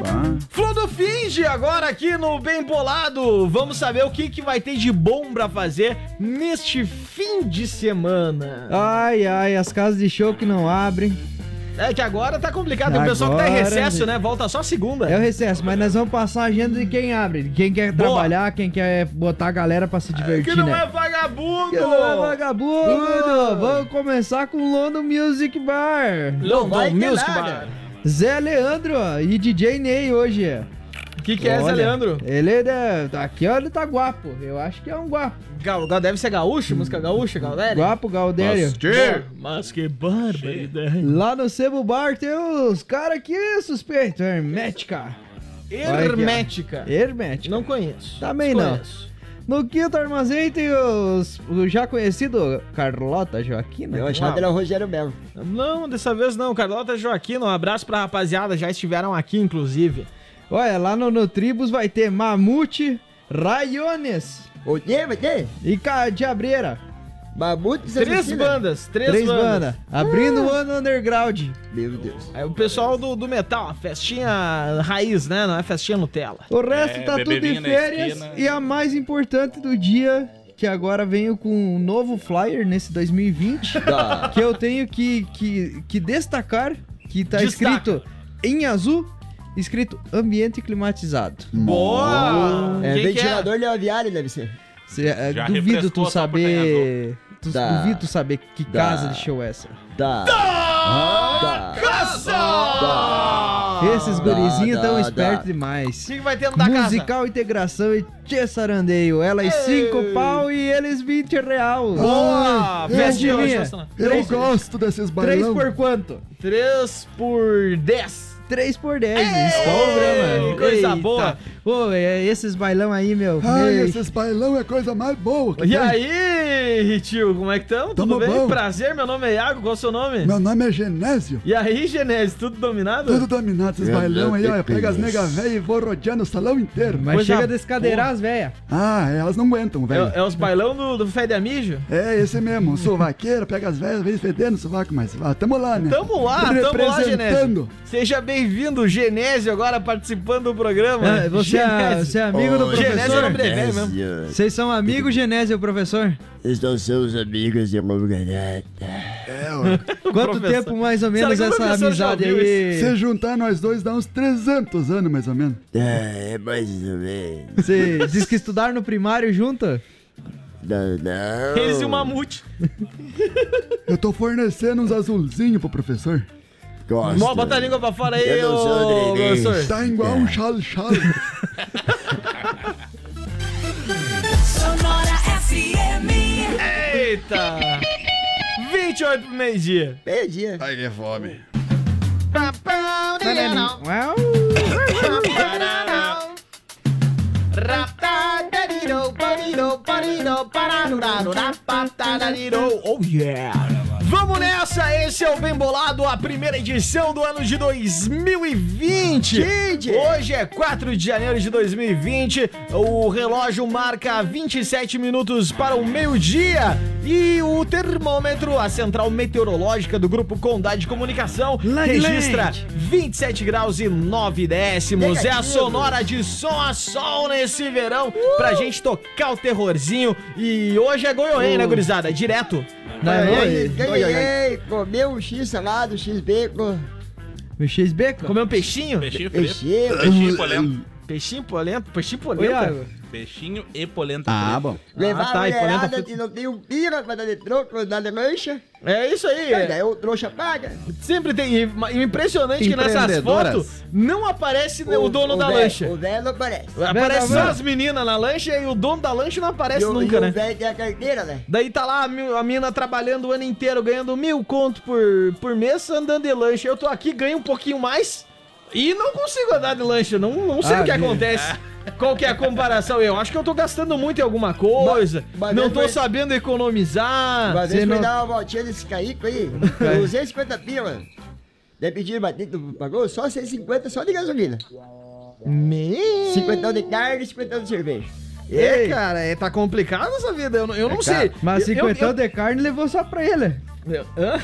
Bah.
Flor do Finge, agora aqui no Bem Bolado. Vamos saber o que, que vai ter de bom pra fazer neste fim de
Ah.
semana.
Ai, ai, as casas de show que não abrem.
É que agora tá complicado, tem o pessoal que tá em
Agora,
recesso,
gente.
né? Volta só segunda.
É o recesso, mas nós vamos passar a agenda de quem abre, de quem quer
Boa.
trabalhar, quem quer botar a galera pra se divertir,
que não
né?
é vagabundo!
Que não é vagabundo! Vamos começar com o Londo Music Bar.
London
vai ter
Music
nada.
Bar.
Zé Leandro e DJ Ney hoje.
O que, que é, Zé
Olha,
Leandro?
Ele é da- tá aqui, ó, ele tá guapo. Eu acho que é um guapo.
Gal, gal- deve ser gaúcho, música gaúcha, galera.
Guapo, Galdério.
Mas que barbaridade.
Lá no Sebo Bar tem os caras que suspeito, hermética.
Hermética.
Hermética.
Não conheço.
Também não. No quinto armazém tem os, o já conhecido Carlota Joaquina.
Eu achava que era o Rogério Melo.
não. Não, dessa vez não. Carlota Joaquina, um abraço pra rapaziada. Já estiveram aqui, inclusive.
Olha, lá no, no Tribus vai ter Mamute, Raiones
O quê? Vai ter?
e Cadiabreira.
Mamute
Três
assassina.
bandas, três,
Três
bandas. Ah.
bandas. Abrindo o ano underground.
Meu Deus.
É o pessoal do, do metal, a festinha raiz, né? Não é festinha Nutella.
O resto
É,
tá tudo
bebezinho na
em férias.
esquina.
E a mais importante do dia, que agora venho com um novo flyer nesse 2020,
Tá.
que eu tenho que, que, que destacar, que tá
Destaca.
escrito em azul, escrito ambiente climatizado.
Hum.
Boa!
É
Quem que
ventilador leoviário, deve ser.
Cê, eh,
Já
duvido
refrescou
tu
a sua porta
saber. Tu,
Dá.
Duvido tu saber que
Dá.
casa de show é essa.
Tá. Tá. Tá.
Esses gurizinhos
dá,
tão
dá.
espertos
O
demais.
que que vai ter no da casa?
Musical Integração e Tchê Sarandeio. Elas 5 pau e eles 20 real.
Boa! Festinha,
Festinha.
festinha.
Três-
gosto desses
3 por quanto?
Três por dez.
3 por 10. Escolha, mano.
coisa
Eita.
boa.
Ô, é- esses bailão aí, meu. Ei.
bailão é coisa mais boa é que
E aí, tio, como é que estamos? Tudo
Tamo
bem?
bom.
Prazer, meu nome é Iago, qual é o seu nome?
nome é Genésio.
E aí, Genésio, tudo dominado?
dominado, esses bailão aí, ó. Pega as nega velha e vou rodeando o salão inteiro.
Mas
Coisa
chega a descadeirar as véia.
Ah, elas não aguentam,
É, é os bailão do, do Fede Amijo?
É, esse mesmo, sovaqueiro, pega as velhas, vem fedendo o sovaco, mas ah, tamo lá, né?
Tamo lá, tamo lá, Genésio.
Representando.
Seja bem-vindo, Genésio, agora participando do programa.
Ah, Você, é,
Genésio.
você é amigo do
Genésio era um
professor?
bre- Prevê mesmo.
Genésio,
Vocês são amigos, Genésio, professor?
Estão seus amigos de Muganata.
Quanto
Professor.
tempo mais ou
Será
menos
que o
essa
professor já
amizade
ouviu
aí?
Se juntar nós dois dá uns 300 anos, mais ou menos.
É, é mais ou menos.
Você diz que estudaram no primário junto?
Não,
é-
não.
Eles e o Mamute.
Eu tô fornecendo uns azulzinhos pro professor.
Gosto.
Mó, bota a língua pra fora aí,
Eu não sou
ô,
Adriano.
professor.
Tá igual um chal-chal.
Sonora FM.
Eita! 28 pro meio-dia.
Meio-dia.
Ai, que fome.
Uau.
é Oh yeah! Vamos nessa, esse é o Bem Bolado, a primeira edição do ano de 2020. Hoje é 4 de janeiro de 2020, o relógio marca 27 minutos para o meio-dia e o termômetro, a central meteorológica do grupo Condá de Comunicação, registra 27 graus e 9 décimos. É a sonora de som a sol nesse verão pra gente tocar o terrorzinho. E hoje é Goiôém, né, gurizada? Direto.
Não, é
Ganhei,
oi.
ganhei, comeu um X salado, X bacon.
Mexer esbeca?
Comer um peixinho?
Peixinho frito.
Peixeiro.
Peixinho
Hum,
e polenta.
Peixinho polenta? Peixinho
Oi,
polenta?
Iago.
Peixinho e polenta
Ah,
frita.
bom.
Levar
Ah, tá,
a
e polenta
mulherada
frita.
que não tem um pira pra dar de troco, pra dar de lancha.
É isso aí.
É. Daí o trouxa paga.
Sempre tem. E e o impressionante é que nessas
Empreendedoras.
fotos não aparece É, o, dono da
velho-
lancha.
O velho não aparece.
Aparece só
Verdade.
as meninas na lancha e o dono da lancha não aparece
E o-
nunca,
e
né?
o velho tem a carteira, né?
Daí tá lá a, mi- a mina trabalhando o ano inteiro, ganhando mil conto por, por mês, andando de lancha. Eu tô aqui, ganho um pouquinho mais e não consigo andar de lancha. Não, não sei
Ah,
o que
viu?
acontece. Qual que é a comparação? Eu acho que eu tô gastando muito em alguma coisa,
Ba- ba-
não tô
mas-
sabendo economizar.
Uma vez
Você
fui
não-
dar uma voltinha nesse caíco aí, 250 pila. Daí pediram, mas tu pagou só 150 só de gasolina.
Meu...
50 de carne e 50 de cerveja.
É, cara, é, tá complicado essa vida. Eu, não-
É
eu não sei.
Mas
Eu- eu-
50 de carne levou só pra ele.
eu- Hã?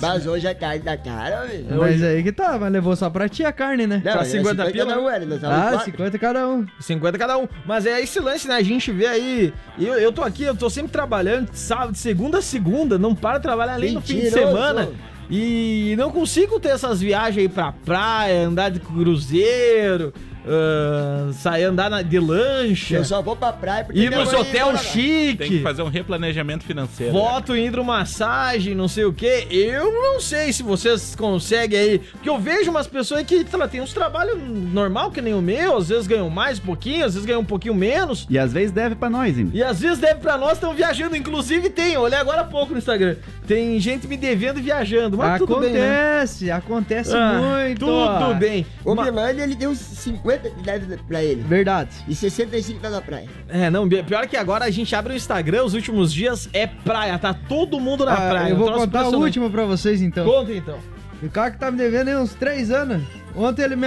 Mas hoje a carne da cara,
É,
velho.
Mas aí que tá, mas levou só pra ti a carne, né?
Não, era
50 tá pila?
Não, era, nós tava
Ah,
quatro.
50 cada um.
50 cada um. Mas é esse lance, né? A gente vê aí. Eu, eu tô aqui, eu tô sempre trabalhando, sábado, de segunda a segunda, não para de trabalhar além do fim de
Mentiroso.
semana. E não consigo ter essas viagens aí pra praia, andar de cruzeiro, ah, sair andar na- de lancha,
Eu só vou pra praia porque...
ir
minha
nos
mãe
hotel
mora lá.
Tem que
chique.
fazer um replanejamento financeiro. né?
Foto em hidromassagem, não sei o que. Eu não sei se vocês conseguem aí. Porque eu vejo umas pessoas que sei lá, tem uns trabalhos normal que nem o meu, às vezes ganham mais um pouquinho, às vezes ganham um pouquinho menos.
E às vezes deve pra nós, hein?
E às vezes deve pra nós, estão viajando. Inclusive tem, olha agora há pouco no Instagram. Tem gente me devendo e viajando.
Ah,
Mas tudo bem, né?
acontece, acontece
Ah,
muito. ó.
Tudo bem.
O
Ma-
Milano, ele deu 50 de leve pra ele.
Verdade.
E 65 tá na praia.
É, não, pior que agora a gente abre o Instagram, os últimos dias é praia, tá todo mundo na
Ah,
praia.
eu vou
um troço
contar o
impressionante.
último pra vocês então.
Conta então.
O cara que tá me devendo aí uns 3 anos. Ontem ele me.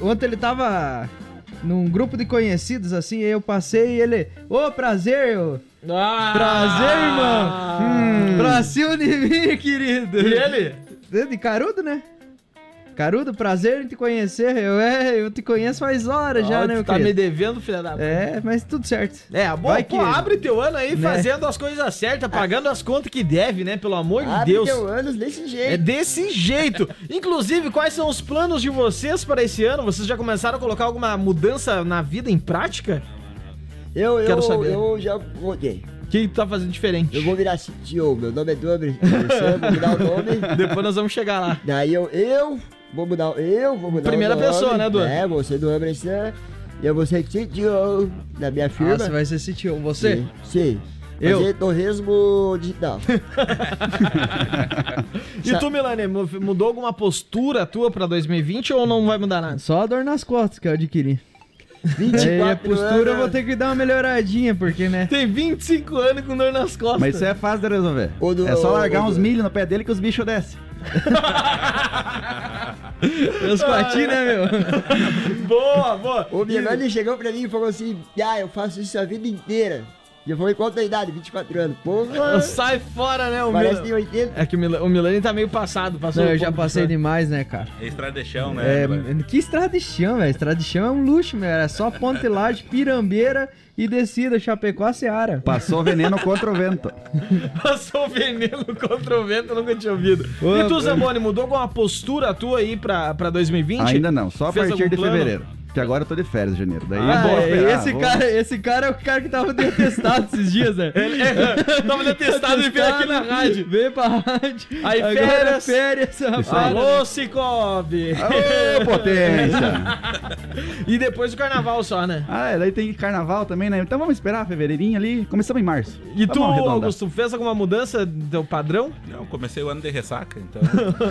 Ontem ele tava num grupo de conhecidos, assim, aí eu passei e ele. Ô, prazer! Eu...
Ah!
Prazer, irmão! Hum. Pra cima Ah. de mim, querido!
Hum. E é? ele?
De carudo, né? Carudo, prazer em te conhecer. Eu, é, eu te conheço faz horas já,
Ó,
né,
tu
meu
tá me
querido?
devendo, filha da
É, mas tudo certo.
É, a boa,
Vai
pô,
que-
abre teu ano aí
né?
fazendo as coisas certas, pagando as contas que deve, né? Pelo amor de
Abre
Deus.
teu anos desse jeito.
É desse jeito. Inclusive, quais são os planos de vocês para esse ano? Vocês já começaram a colocar alguma mudança na vida em prática?
Eu, eu,
É, Quero saber.
eu já voltei.
O que tu tá fazendo diferente?
Eu vou virar CTO, meu nome é Dubre. vou mudar o nome.
Depois nós vamos chegar lá.
Daí eu, eu vou mudar, o- eu vou mudar
Primeira
o nome.
pessoa, né, Duane?
É, você do Abressan. E eu vou ser CTO da minha firma.
Ah, você vai ser sítio. Você?
Sim.
Eu?
Fazer torresmo digital.
E tu, Milani, mu- mudou alguma postura tua pra 2020 ou não vai mudar nada?
Só a dor nas costas que eu adquiri.
24
Aí a postura eu vou
anos.
ter que dar uma melhoradinha, porque, né?
Tem 25 anos com dor nas costas.
Mas isso é fácil de resolver.
Ô, do-
é só
ô,
largar
ô,
uns
do-
milho no pé dele que os bichos descem.
Meus patins, né, meu?
Boa, boa.
O Milani chegou pra mim e falou assim, ah, eu faço isso a vida inteira. E eu falei, qual a tua idade? 24 anos. Porra,
Sai fora, né, o
parece que tem
Milan.
80.
É que o Milan- o Milani tá meio passado. Passou
Não,
um
eu já
pouco
passei
de...
demais, né, cara?
É estradechão, né?
É,
Eduardo?
que estrada de chão, velho? Estrada de chão é um luxo, meu. É só ponte laje, pirambeira e descida, Chapecó a Seara.
Passou veneno contra o vento.
Passou veneno contra o vento, eu nunca tinha ouvido.
Ô,
e tu,
ô.
Zamboni, mudou alguma postura tua aí pra, pra 2020?
Ainda não, só a
Fez
partir
algum
de
plano?
fevereiro. Que agora eu tô de férias, janeiro. Daí
Ah,
eu vou
é,
esperar,
esse,
vou-
cara, esse cara é o cara que tava detestado esses dias, né?
Ele é, tava detestado e veio aqui na rádio.
Veio pra rádio.
Aí,
Agora
férias.
férias, rapaz.
Alô, Cicobi!
Ô, potência!
E depois do carnaval só, né?
ah, é, daí tem carnaval também, né? Então vamos esperar fevereirinho ali. Começamos em março.
E
Tá
tu,
bom, arredondar.
Augusto, fez alguma mudança do teu padrão?
Não, comecei o ano de ressaca, então.
Ô,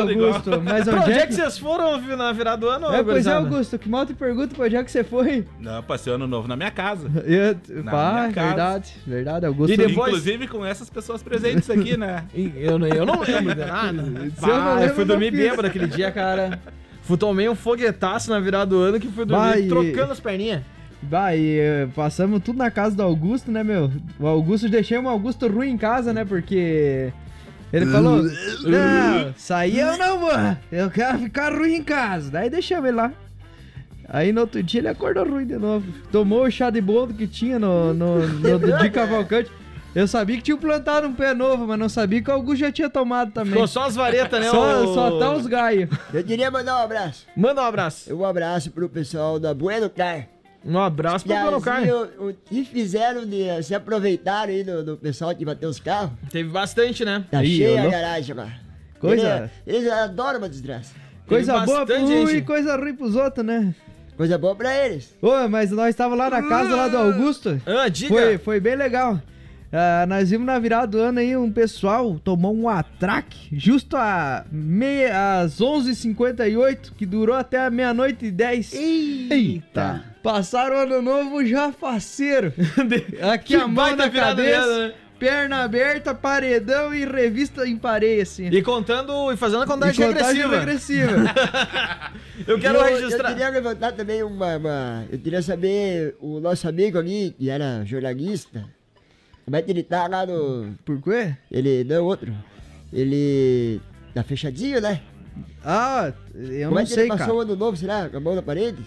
tudo igual.
Augusto, mas
Tá Pra
onde é que...
vocês foram vi- na virada do ano?
É, pois é,
gurizada?
Augusto, que mal te pergunto pra onde é que você foi?
Não, eu passei o ano novo na minha casa.
Eu,
Na
pá,
minha casa.
verdade, verdade, Augusto.
E depois-
Inclusive com essas pessoas presentes aqui, né?
Ih, Eu, não- eu não lembro de nada.
eu não
Ah, eu,
lembro,
fui
eu
dormir
não fiz.
bêbado aquele dia, cara. Fui tomei um foguetaço na virada do ano que fui dormir
Vai.
trocando as perninhas.
Bah, e eh, passamos tudo na casa do Augusto, né, meu? O Augusto, deixei o Augusto ruim em casa, né, porque... Ele falou, não, sair eu não vou, eu quero ficar ruim em casa. Daí deixamos ele lá. Aí no outro dia ele acordou ruim de novo. Tomou o chá de boldo que tinha no, no, no- do- de Cavalcante. Eu sabia que tinha plantado um pé novo, mas não sabia que o Augusto já tinha tomado também.
Ficou só as varetas, né?
Só,
ô-
só tá os gaios.
Eu queria mandar um abraço.
Manda um abraço.
Um abraço pro pessoal da Bueno Car.
Um abraço pro Bruno Car.
Brasil, O que fizeram de se aproveitaram aí do, do pessoal que bateu os carros?
Teve bastante, né?
Tá
Ih, eu
cheia a
não-
garagem lá.
Coisa-
Ele- Eles adoram uma desgraça.
Coisa
Teve
boa pra
bastante,
um e
gente.
coisa ruim pros outros, né?
Coisa boa pra eles.
Ô, mas nós tava lá na casa lá do Augusto.
Ah, diga.
Foi, foi bem legal. Ah, nós vimos na virada do ano aí um pessoal tomou um atraque justo a meia, às 11h58, que durou até a meia-noite e 10.
Eita!
Passaram o ano novo já faceiro.
Que
Aqui a mão
baita
na
virada de
cabeça,
ano, né?
perna aberta, paredão e revista em parede, assim.
E contando e fazendo a
E
contagem regressiva.
regressiva.
Eu quero
eu,
registrar.
Eu queria levantar também uma, uma- Eu queria saber o nosso amigo ali, que era jornalista. Como é que ele tá lá no.
Por quê?
Ele. Não, é outro. Ele. Tá fechadinho, né?
Ah, eu
Como é
não
que
sei,
ele passou
cara.
o ano novo, será? Com a mão na parede?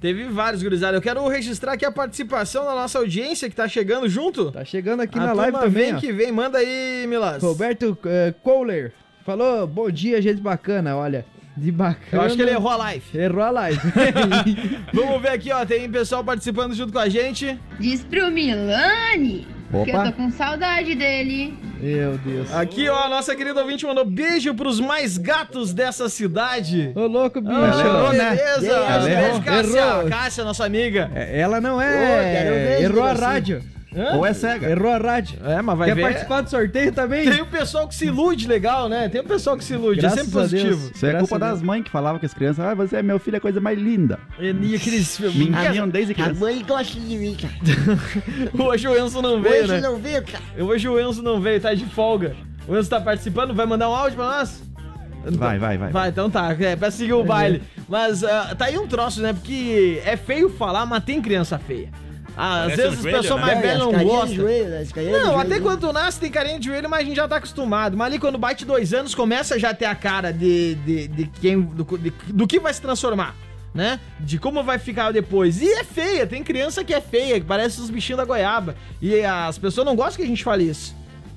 Teve vários, gurizada. Eu quero registrar aqui a participação da nossa audiência que tá chegando junto.
Tá chegando aqui
a
na live
turma
também,
Ah, vem
ó.
que vem. Manda aí, Milas.
Roberto eh, Kohler falou: Bom dia, gente bacana. Olha, de bacana.
Eu acho que ele errou a live.
Errou a live.
Vamos ver aqui, ó. Tem pessoal participando junto com a gente.
Diz pro Milani que eu
Opa.
tô com saudade dele.
Meu Deus.
Aqui, ó, a nossa querida ouvinte mandou beijo pros mais gatos dessa cidade.
Ô, louco, bicho.
Ah,
errou, né?
beleza.
Ela
Beijo,
errou.
Cássia.
Errou.
Cássia, nossa amiga.
É, Ela não
Ô, quero
é.
ver
errou a
isso.
rádio.
Ou é cega?
Errou a rádio.
É, mas vai
Quer
ver.
participar do sorteio também?
Tem um- o pessoal que se ilude legal, né? Tem o pessoal que se ilude.
Graças
é sempre
a Deus.
positivo.
Isso é
Graças a
culpa
Deus.
das mães que falavam com as crianças. Ah, você é meu filho, é a coisa mais linda.
E aqueles...
Me encaminham desde
é
A
criança.
mãe gosta de mim, cara.
Hoje o Enzo não veio,
Hoje
né?
não veio, cara.
Hoje o Enzo não veio, tá de folga. O Enzo tá participando, vai mandar um áudio pra nós?
Vai, vai, vai.
Vai, então tá, é pra seguir o baile. Mas ah, tá aí um troço, né? Porque é feio falar, mas tem criança feia. Às
Parece um
vezes as
joelho,
pessoas
né?
mais velhas não
de
gostam.
joelho, né? As carinhas
é
de
é Não,
joelho,
até
né?
quando tu nasce tem carinha de joelho, mas a gente já tá acostumado. Mas ali quando bate dois anos, começa já a ter a cara de, de, de quem. Do, de- do que vai se transformar, né? De como vai ficar depois. E é feia, tem criança que é feia, que parece os bichinhos da goiaba. E as pessoas não gostam que a gente fale isso.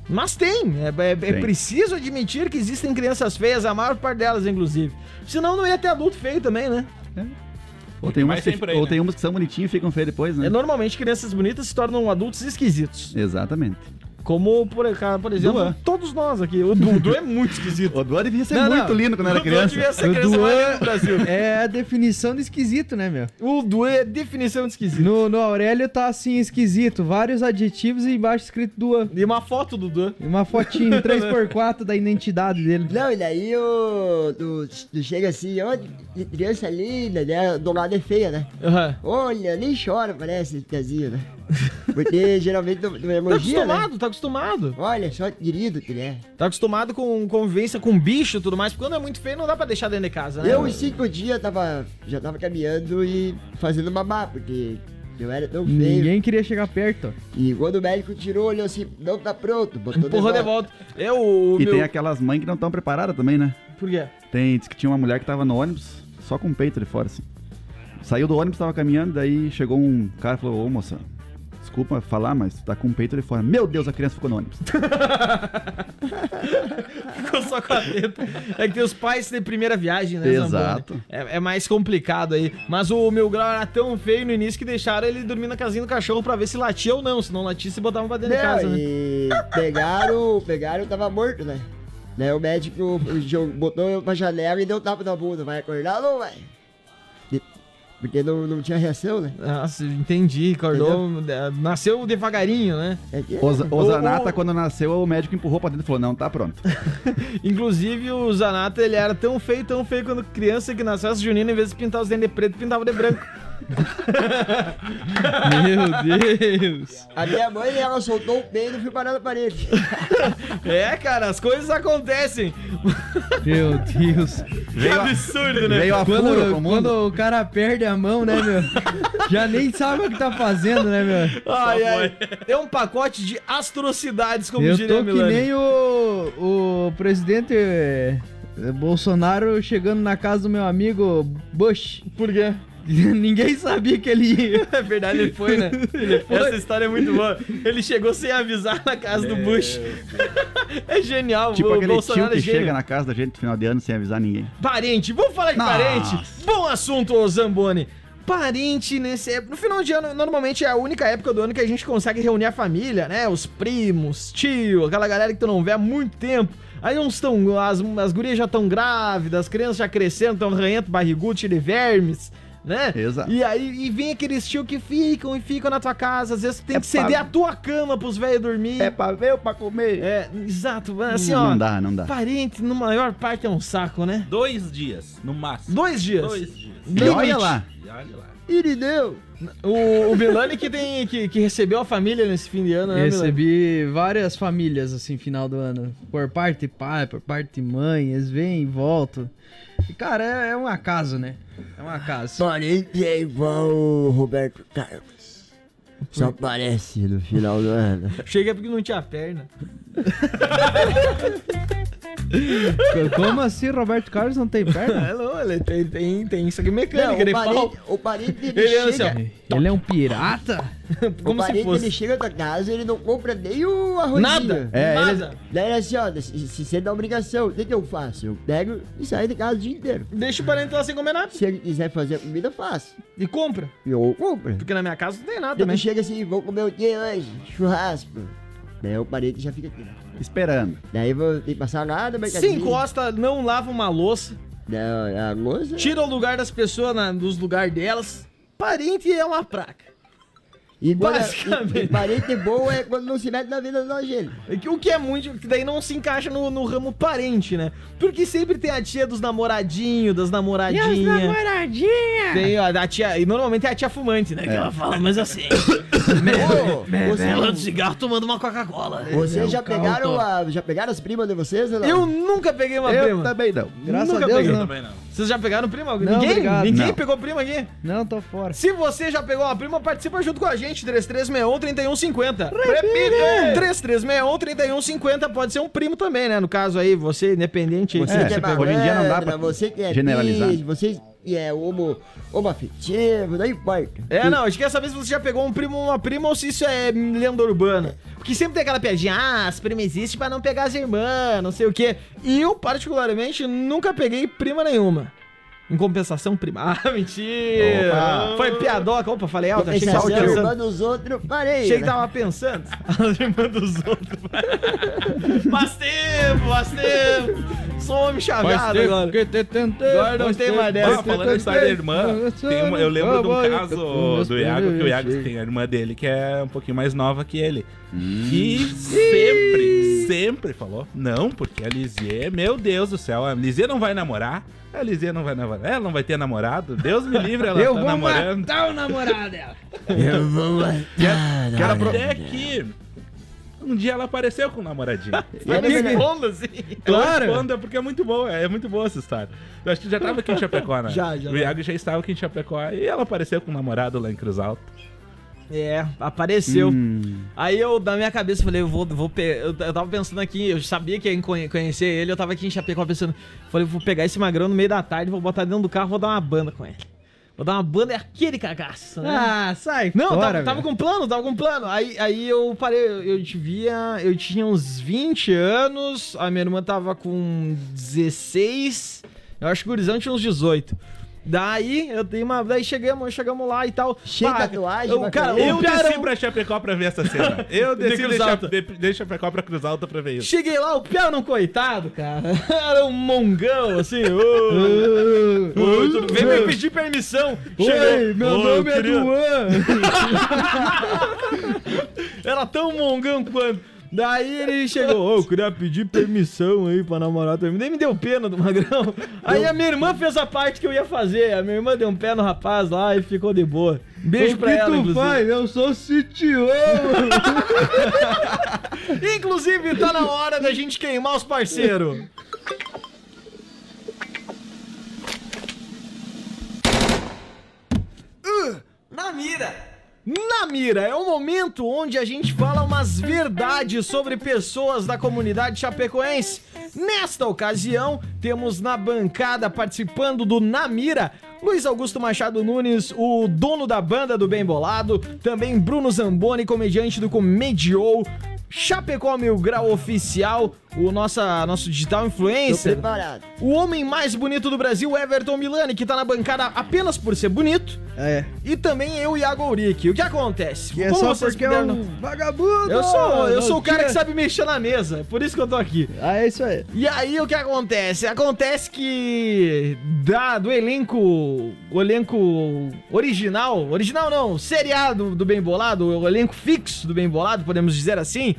Mas tem, é, é- é
Tem.
preciso admitir que existem crianças feias, a maior parte delas, inclusive. Senão não ia ter adulto feio também, né?
Ou tem,
Mas
umas que,
sempre aí,
ou
né?
tem umas que são bonitinhas e ficam feias depois,
É,
né?
normalmente crianças bonitas se tornam adultos esquisitos.
Exatamente.
Como, por, por exemplo,
Duan.
todos nós aqui. O Dudu é muito esquisito.
O Duan devia ser
Não, não.
muito lindo quando era
O Duan
criança.
devia ser a
O
criança mais linda do Brasil.
É a definição de esquisito, né, meu?
O Duan é definição de esquisito.
No, no Aurélio tá assim, esquisito. Vários adjetivos e embaixo escrito Duan.
E uma foto do Duan.
E Uma fotinho 3x4 da identidade dele.
Não, e daí o. Tu, tu chega assim, ó, de criança linda, né? Do lado é feia, né? Olha, nem chora, parece, tiazinho, né? Porque geralmente não, não
Tá
elogia, né?
acostumado, tá acostumado.
Olha só, querido que ele é.
Tá acostumado com convivência com bicho e tudo mais. Porque quando é muito feio, não dá pra deixar dentro de casa, né?
Eu, em cinco dias, tava, já tava caminhando e fazendo mamar, porque eu era tão feio.
Ninguém queria chegar perto.
E quando o médico tirou, olhou assim, não tá pronto, botou
Empurrou de volta. É o
E
meu...
tem aquelas mães que não estão preparadas também, né?
Por quê?
Tem, diz que tinha uma mulher que tava no ônibus, só com o peito de fora, assim. Saiu do ônibus, tava caminhando, daí chegou um cara e falou, ô moça, desculpa falar, mas tu tá com o peito de fora. Meu Deus, a criança ficou no ônibus.
Ficou só com a teta. É que tem os pais de primeira viagem, né,
Exato.
Zamboni? É, é mais complicado aí. Mas o meu grau era tão feio no início que deixaram ele dormir na casinha do cachorro pra ver se latia ou não. Se não latisse, botavam pra dentro de casa,
Não,
né?
e pegaram, pegaram, eu tava morto, né? Daí o médico jogou- botou eu pra janela e deu um tapa na bunda. Vai acordar ou não vai? E- Porque não, não tinha reação, né?
Nossa, entendi. Acordou, eh, nasceu devagarinho, né?
É que-
O, Z- o
O-
Zanata, quando nasceu, o médico empurrou pra dentro e falou, não, tá pronto.
Né, Inclusive, o Zanata, ele era tão feio, tão feio quando criança que nas festas juninas, em vez de pintar os dentes de preto, pintava de branco.
Meu Deus.
A minha mãe, ela soltou o peido e fui parar na parede.
é, cara, as coisas acontecem.
Meu Deus.
Que absurdo, né?
Veio a furo pro
Quando,
mundo.
quando o cara perde a mão, né, meu? Já nem sabe o que tá fazendo, né, meu?
Ai, ai. É um pacote de atrocidades, como
Eu
diria
tô que
Milani.
nem o, o presidente eh, Bolsonaro chegando na casa do meu amigo Bush.
Por quê?
Ninguém sabia que ele ia.
É verdade, ele foi, né? Essa história é muito boa. Ele chegou sem avisar na casa do Bush. é genial,
Tipo
o
aquele tio
Bolsonaro
que
é gênio.
chega na casa da gente no final de ano sem avisar ninguém.
Parente, vamos falar de
Nossa.
parente. Bom assunto, ô Zamboni. Parente nesse. No final de ano, normalmente é a única época do ano que a gente consegue reunir a família, né? Os primos, tio, aquela galera que tu não vê há muito tempo. Aí uns estão. As, as gurias já estão grávidas, as crianças já crescendo, estão ranhento, barrigudo, cheio de vermes, né?
Exato.
E aí e vem aqueles tio que ficam e ficam na tua casa. Às vezes tu tem
É
que ceder
pago.
a tua cama pros velhos dormir.
É pra ver ou pra comer?
É, exato. Assim, ó.
não dá, não dá.
Parente, na maior parte, é um saco, né?
Dois dias, no máximo.
Dois dias.
Dois dias.
E olha
Limite.
lá.
E olha lá.
Irineu.
O, o Milani que, tem, que, que recebeu a família nesse fim de ano, né, Milani?
Recebi várias famílias, assim, final do ano. Por parte pai, por parte mãe, eles vêm e voltam. E, cara, é, é um acaso, né? É um acaso.
Parente é igual o Roberto Carlos. Só aparece no final do ano.
Chega porque não tinha perna.
Como assim Roberto Carlos não tem perna?
É louco, ele tem, tem, tem isso aqui
Não,
mecânica,
o
ele fala
parente, o parente ele,
Ele anda
chega,
assim,
Ele é um pirata?
como
o
se
parente ele
fosse.
chega da casa ele não compra nem o arrozinho.
Nada,
É, ele-
nada.
Daí ele assim, ó, se, se você dá obrigação, o que, que eu faço? Eu pego e saio de casa o dia inteiro.
Deixa o parente lá sem comer nada.
Se ele quiser fazer comida, faz.
E compra.
Eu compro.
Porque na minha casa não tem nada né?
Ele
também.
chega assim, vou comer o que hoje? Churrasco. Daí o parente já fica aqui.
Esperando.
Daí vou ter que passar nada, mas...
Se encosta, não lava uma louça.
Não, é a louça...
Tira o lugar das pessoas na, dos lugares delas. Parente é uma praca.
E quando-
Basicamente.
e- e parente bom é quando não se mete na vida da gente.
É que- O que é muito. Que daí não se encaixa no, no ramo parente, né? Porque sempre tem a tia dos namoradinhos, das namoradinhas.
namoradinha!
Tem a, a tia. E normalmente é a tia fumante, né? Que ela fala, mas assim. é
Ô,
Pelando
você,
cigarro tomando uma Coca-Cola.
vocês já pegaram, a, já pegaram as primas de vocês? Né?
Eu nunca peguei uma
eu
prima.
também não.
Graças
Nunca
a Deus,
peguei.
não.
Também não.
Vocês já pegaram prima?
Não,
ninguém
obrigado.
ninguém
Não.
pegou prima aqui?
Não, tô fora.
Se você já pegou uma prima, participa junto com a gente. 3361-3150. Repita! 3361-3150. Pode ser um primo também, né? No caso aí, você independente. aí,
Você
se
É,
que é
hoje em dia não dá pra
malandra, você que é
generalizar.
bis, você que é homo, homoafetivo, não importa.
É, não, a gente quer saber se você já pegou um primo ou uma prima ou se isso é lenda urbana. Porque sempre tem aquela piadinha, ah, as primas existem pra não pegar as irmãs, não sei o quê. E eu, particularmente, nunca peguei prima nenhuma. Em compensação, prima. Ah, mentira!
Opa.
Foi piadoca. Opa, falei alto, achei que
Pensação,
tava pensando.
irmã dos outros, parei.
Achei que
né?
tava pensando. As irmãs dos outros. faz tempo, faz tempo. Sou um homem chavado agora.
que te tentei,
Agora não
faz
tem
tempo
mais dessa.
que
Ah,
te
falando em história da
tentei.
irmã, tem uma- eu lembro de um caso do Iago, que o Iago
Sim.
tem a irmã dele, que é um pouquinho mais nova que ele.
Hum.
Que sempre, sempre falou, não, porque a Lisier, meu Deus do céu, a Lisier não vai namorar, a Lisier não vai namorar, ela não vai ter namorado, Deus me livre, ela
Eu
tá
vou
namorando.
matar o namorado dela.
Eu vou matar.
Até que um dia ela apareceu com um namoradinho.
é
Responda assim.
Claro.
Responda, porque é muito boa, é muito boa essa história. Eu acho que já tava aqui em Chapecó, né?
Já, já.
O Iago já estava aqui em Chapecó e ela apareceu com um namorado lá em Cruz Alta.
É, apareceu.
Hum,
Aí eu, na minha cabeça, falei, eu vou, vou pe- eu, eu tava pensando aqui, eu sabia que ia conhe- conhecer ele, eu tava aqui em Chapecó pensando, falei, vou pegar esse magrão no meio da tarde, vou botar dentro do carro, vou dar uma banda com ele. Vou dar uma banda, é aquele cagaço, né?
Ah, sai
Não,
fora,
tava, tava
velho.
com plano, tava com plano. Aí, aí eu parei, eu, eu devia. Eu tinha uns 20 anos, a minha irmã tava com 16, eu acho que o Gurizão tinha uns 18. Daí eu dei uma. Daí chegamos, chegamos lá e tal.
Cheio de
Pá,
tatuagem,
eu,
bacana.
cara,
Eu
o cara,
desci pra Chapecó pra ver essa cena. Eu
De
desci de,
Cruz
Cha-
Alta.
de, de Chapecó pra Cruz Alta pra ver isso.
Cheguei lá, o Piau não coitado, cara. Era um mongão, assim. ô, ô, tudo bem? Veio me pedir permissão.
Oi, meu
"Ô,
nome
eu
é
queria-"
Duan.
Era tão mongão quanto. Daí ele chegou, ô, eu queria pedir permissão aí pra namorar também. Nem me deu pena do magrão. Aí a minha irmã fez a parte que eu ia fazer. A minha irmã deu um pé no rapaz lá e ficou de boa. Beijo
o
pra
que
ela,
tu
inclusive.
faz? Eu sou CTO.
Inclusive, tá na hora da gente queimar os parceiros.
Na mira.
Na Mira é o momento onde a gente fala umas verdades sobre pessoas da comunidade chapecoense. Nesta ocasião, temos na bancada participando do Na Mira Luiz Augusto Machado Nunes, o dono da banda do Bem Bolado, também Bruno Zamboni, comediante do Comediou, Chapecó Mil Grau Oficial, o nossa, nosso digital
Tô
influencer.
preparado.
O homem mais bonito do Brasil, Everton Milani, que tá na bancada apenas por ser bonito.
É.
E também eu e Iago Uric. O que acontece?
Que é
Como
só
vocês
porque é
puderam-
um é vagabundo.
Eu sou, eu
não
sou o cara
tinha-
que sabe mexer na mesa. é Por isso que eu tô aqui.
Ah, é isso aí.
E aí o que acontece? Acontece que da, do elenco, o elenco original, original não, seriado do Bem Bolado, o elenco fixo do Bem Bolado, podemos dizer assim,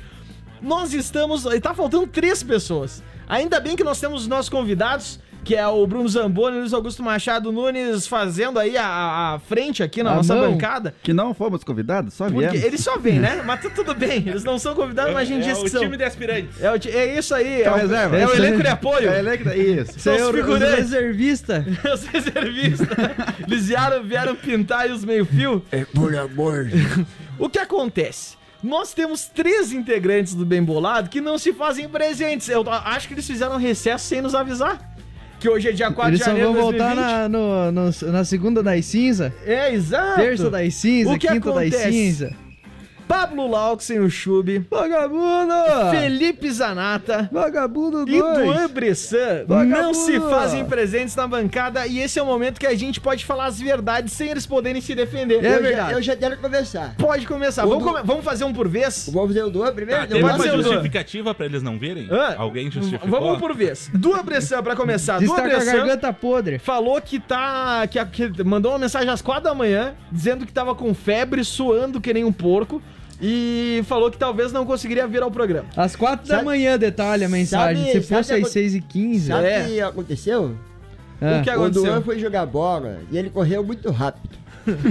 nós estamos, e tá faltando três pessoas. Ainda bem que nós temos os nossos convidados, que é o Bruno Zamboni e o Luiz Augusto Machado Nunes fazendo aí a, a frente aqui na
A
nossa
mão.
bancada.
Que não fomos convidados, só
Porque
viemos.
eles só vêm, né? Mas tá tudo bem, eles não são convidados, mas a gente
é
diz
o
que são.
time de aspirantes.
É, o ti- é isso aí, é,
Então,
o,
reserva,
é o
isso aí.
elenco de apoio.
É, ele que- Isso.
São os
Senhor,
figurantes.
reservista.
Os reservistas. Eles vieram, vieram pintar aí os meio-fio.
É por amor.
O que acontece? Nós temos três integrantes do Bem Bolado que não se fazem presentes. Eu a- acho que eles fizeram um recesso sem nos avisar. Que hoje é dia 4
Eles
de
só
janeiro
vão
de
voltar
2020.
na, no- no- na segunda das cinza,
É, exato.
terça das cinza,
O que
quinta das
acontece?
cinza.
Pablo Laux sem o Chub.
Vagabundo!
Felipe Zanata.
Vagabundo
E
2!
Duan Bressan não
Vagabundo!
se fazem presentes na bancada e esse é o momento que a gente pode falar as verdades sem eles poderem se defender.
É
Eu já-
verdade.
Eu já quero começar.
Pode começar. Vamos, come- vamos fazer um por vez?
Vamos fazer o Duan primeiro?
Tá, teve
Duan?
vai
uma
ser o dono.
justificativa pra eles não virem?
Hã?
Alguém justificou?
Vamos um por vez. Dua Bressan, pra começar. Dua
Está com a
Bressan
garganta podre.
falou que tá. Que, a- que mandou uma mensagem às quatro da manhã, dizendo que tava com febre, suando que nem um porco. E falou que talvez não conseguiria vir ao programa.
Às quatro da
Sabe-
manhã, detalhe a mensagem.
sabe-
Se fosse
sabe-
às seis e quinze.
Sabe o
É.
que aconteceu?
Ah.
O que é?
O Duan
aconteceu?
foi jogar bola e ele correu muito rápido.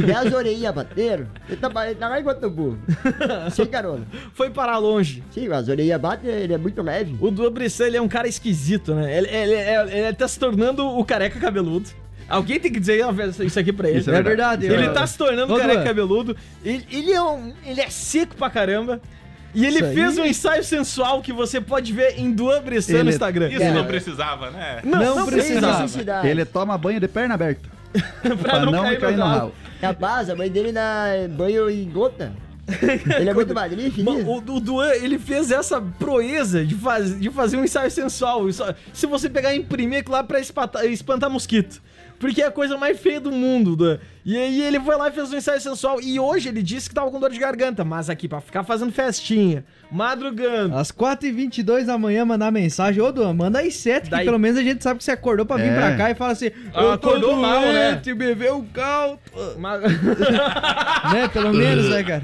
E as orelhinhas bateram, ele tava, ele tá tava igual burro. Sem carona.
Foi parar longe.
Sim, as orelhinhas batem, ele é muito leve.
O Dua Bressan, ele é um cara esquisito, né? Ele, ele, ele, ele tá se tornando o careca cabeludo. Alguém tem que dizer isso aqui pra ele.
Isso
É verdade.
Ele
eu-
tá se tornando
Ô,
careca
Duan.
cabeludo. Ele, ele é um, ele é seco pra caramba. E ele
Isso aí.
fez um ensaio sensual que você pode ver em Duan Bressan no
Ele-
Instagram.
Isso
Cara.
não precisava, né?
Não,
Não
não
precisava.
precisa.
Necessidade.
Ele toma banho de perna aberta.
Pra não cair no ralo.
Rapaz, a mãe dele dá banho em gota. Ele é muito magrinho,
Bom,
feliz.
O, o Duan, ele fez essa proeza de, faz- de fazer um ensaio sensual. Isso- se você pegar e imprimir aquilo lá pra espata- espantar mosquito. Porque é a coisa mais feia do mundo, Duan. E aí ele foi lá e fez um ensaio sensual. E hoje ele disse que tava com dor de garganta. Mas aqui, pra ficar fazendo festinha, madrugando.
Às 4h22 da manhã mandar mensagem. Ô, Duan, manda às 7,
Daí-
que pelo menos a gente sabe que você acordou pra vir
É.
pra cá e fala assim:
Ah, acordou mal, né?
doente, bebeu um caldo.
Mas-
né? Pelo menos, né, cara?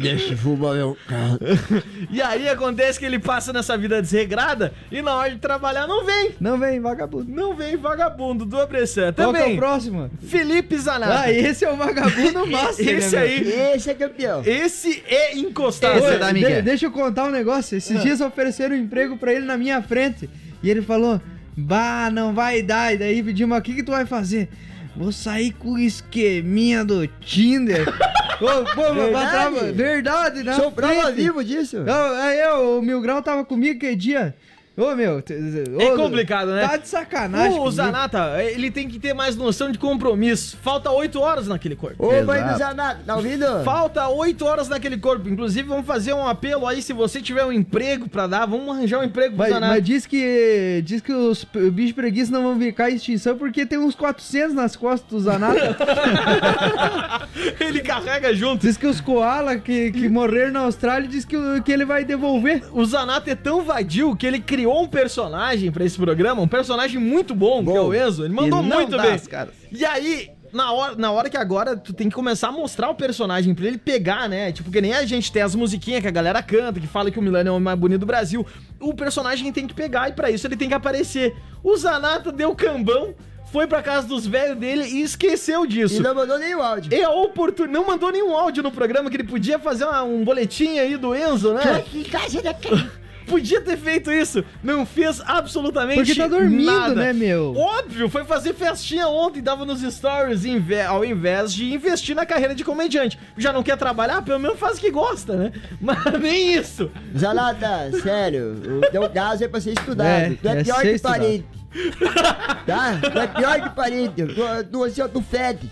Deixa fumar meu carro.
e aí acontece que ele passa nessa vida desregrada e na hora de trabalhar não vem.
Não vem, vagabundo.
Não vem vagabundo, Duan Bressan.
Qual que é
Também,
o próximo?
Felipe Zanata.
Ah, esse é o vagabundo master.
Esse
né, meu?
aí,
Esse é campeão.
Esse é encostado.
Oi,
Esse é da
de-
Miguel.
deixa eu contar um negócio. Esses dias ofereceram um emprego pra ele na minha frente. E ele falou: Bah, não vai dar. E daí pedimos: O que, que tu vai fazer? Vou sair com o esqueminha do Tinder. Ô, pô, mas
Verdade?
trava- verdade,
é
né?
Sou prova vivo disso.
Aí eu, é, o Mil Grau tava comigo que dia. Ô, meu. t- ô,
É complicado, né?
Tá de sacanagem.
O
comigo.
Zanata, ele tem que ter mais noção de compromisso. Falta 8 horas naquele corpo.
Ô, mãe do
Exato.
Zanato, tá ouvindo?
Falta 8 horas naquele corpo. Inclusive, vamos fazer um apelo aí. Se você tiver um emprego pra dar, vamos arranjar um emprego pro
Mas,
Zanata.
mas diz que diz que os p- bichos preguiços não vão ficar em extinção porque tem uns 400 nas costas do Zanata.
Ele carrega junto.
Diz que os koala que,
Hum.
que morreram na Austrália diz que, o- que ele vai devolver.
O Zanata é tão vadio que ele criou um personagem pra esse programa, um personagem muito bom, que é o Enzo. Ele mandou
E não
muito
dá
bem.
as caras.
E aí, na hora, na hora que agora tu tem que começar a mostrar o personagem pra ele pegar, né? Tipo, que nem a gente tem as musiquinhas que a galera canta, que fala que o Milano é o homem mais bonito do Brasil. O personagem tem que pegar e pra isso ele tem que aparecer. O Zanata deu cambão, foi pra casa dos velhos dele e esqueceu
E
disso.
não mandou nem o áudio.
E a oportun... Não mandou nenhum áudio no programa que ele podia fazer uma- um boletim aí do Enzo, né?
Que casa da cara.
Podia ter feito isso. Não fez absolutamente nada.
Porque tá dormindo, né, meu?
Óbvio, foi fazer festinha ontem, dava nos stories em ve- ao invés de investir na carreira de comediante. Já não quer trabalhar? Pelo menos faz o que gosta, né? Mas nem isso.
Zanata, sério, o teu caso é pra ser estudado.
É,
tu é,
é
pior
ser
que
estudado.
parente. Tá? É pior que parente. eu Tô, eu tô assim, ó, tu fede.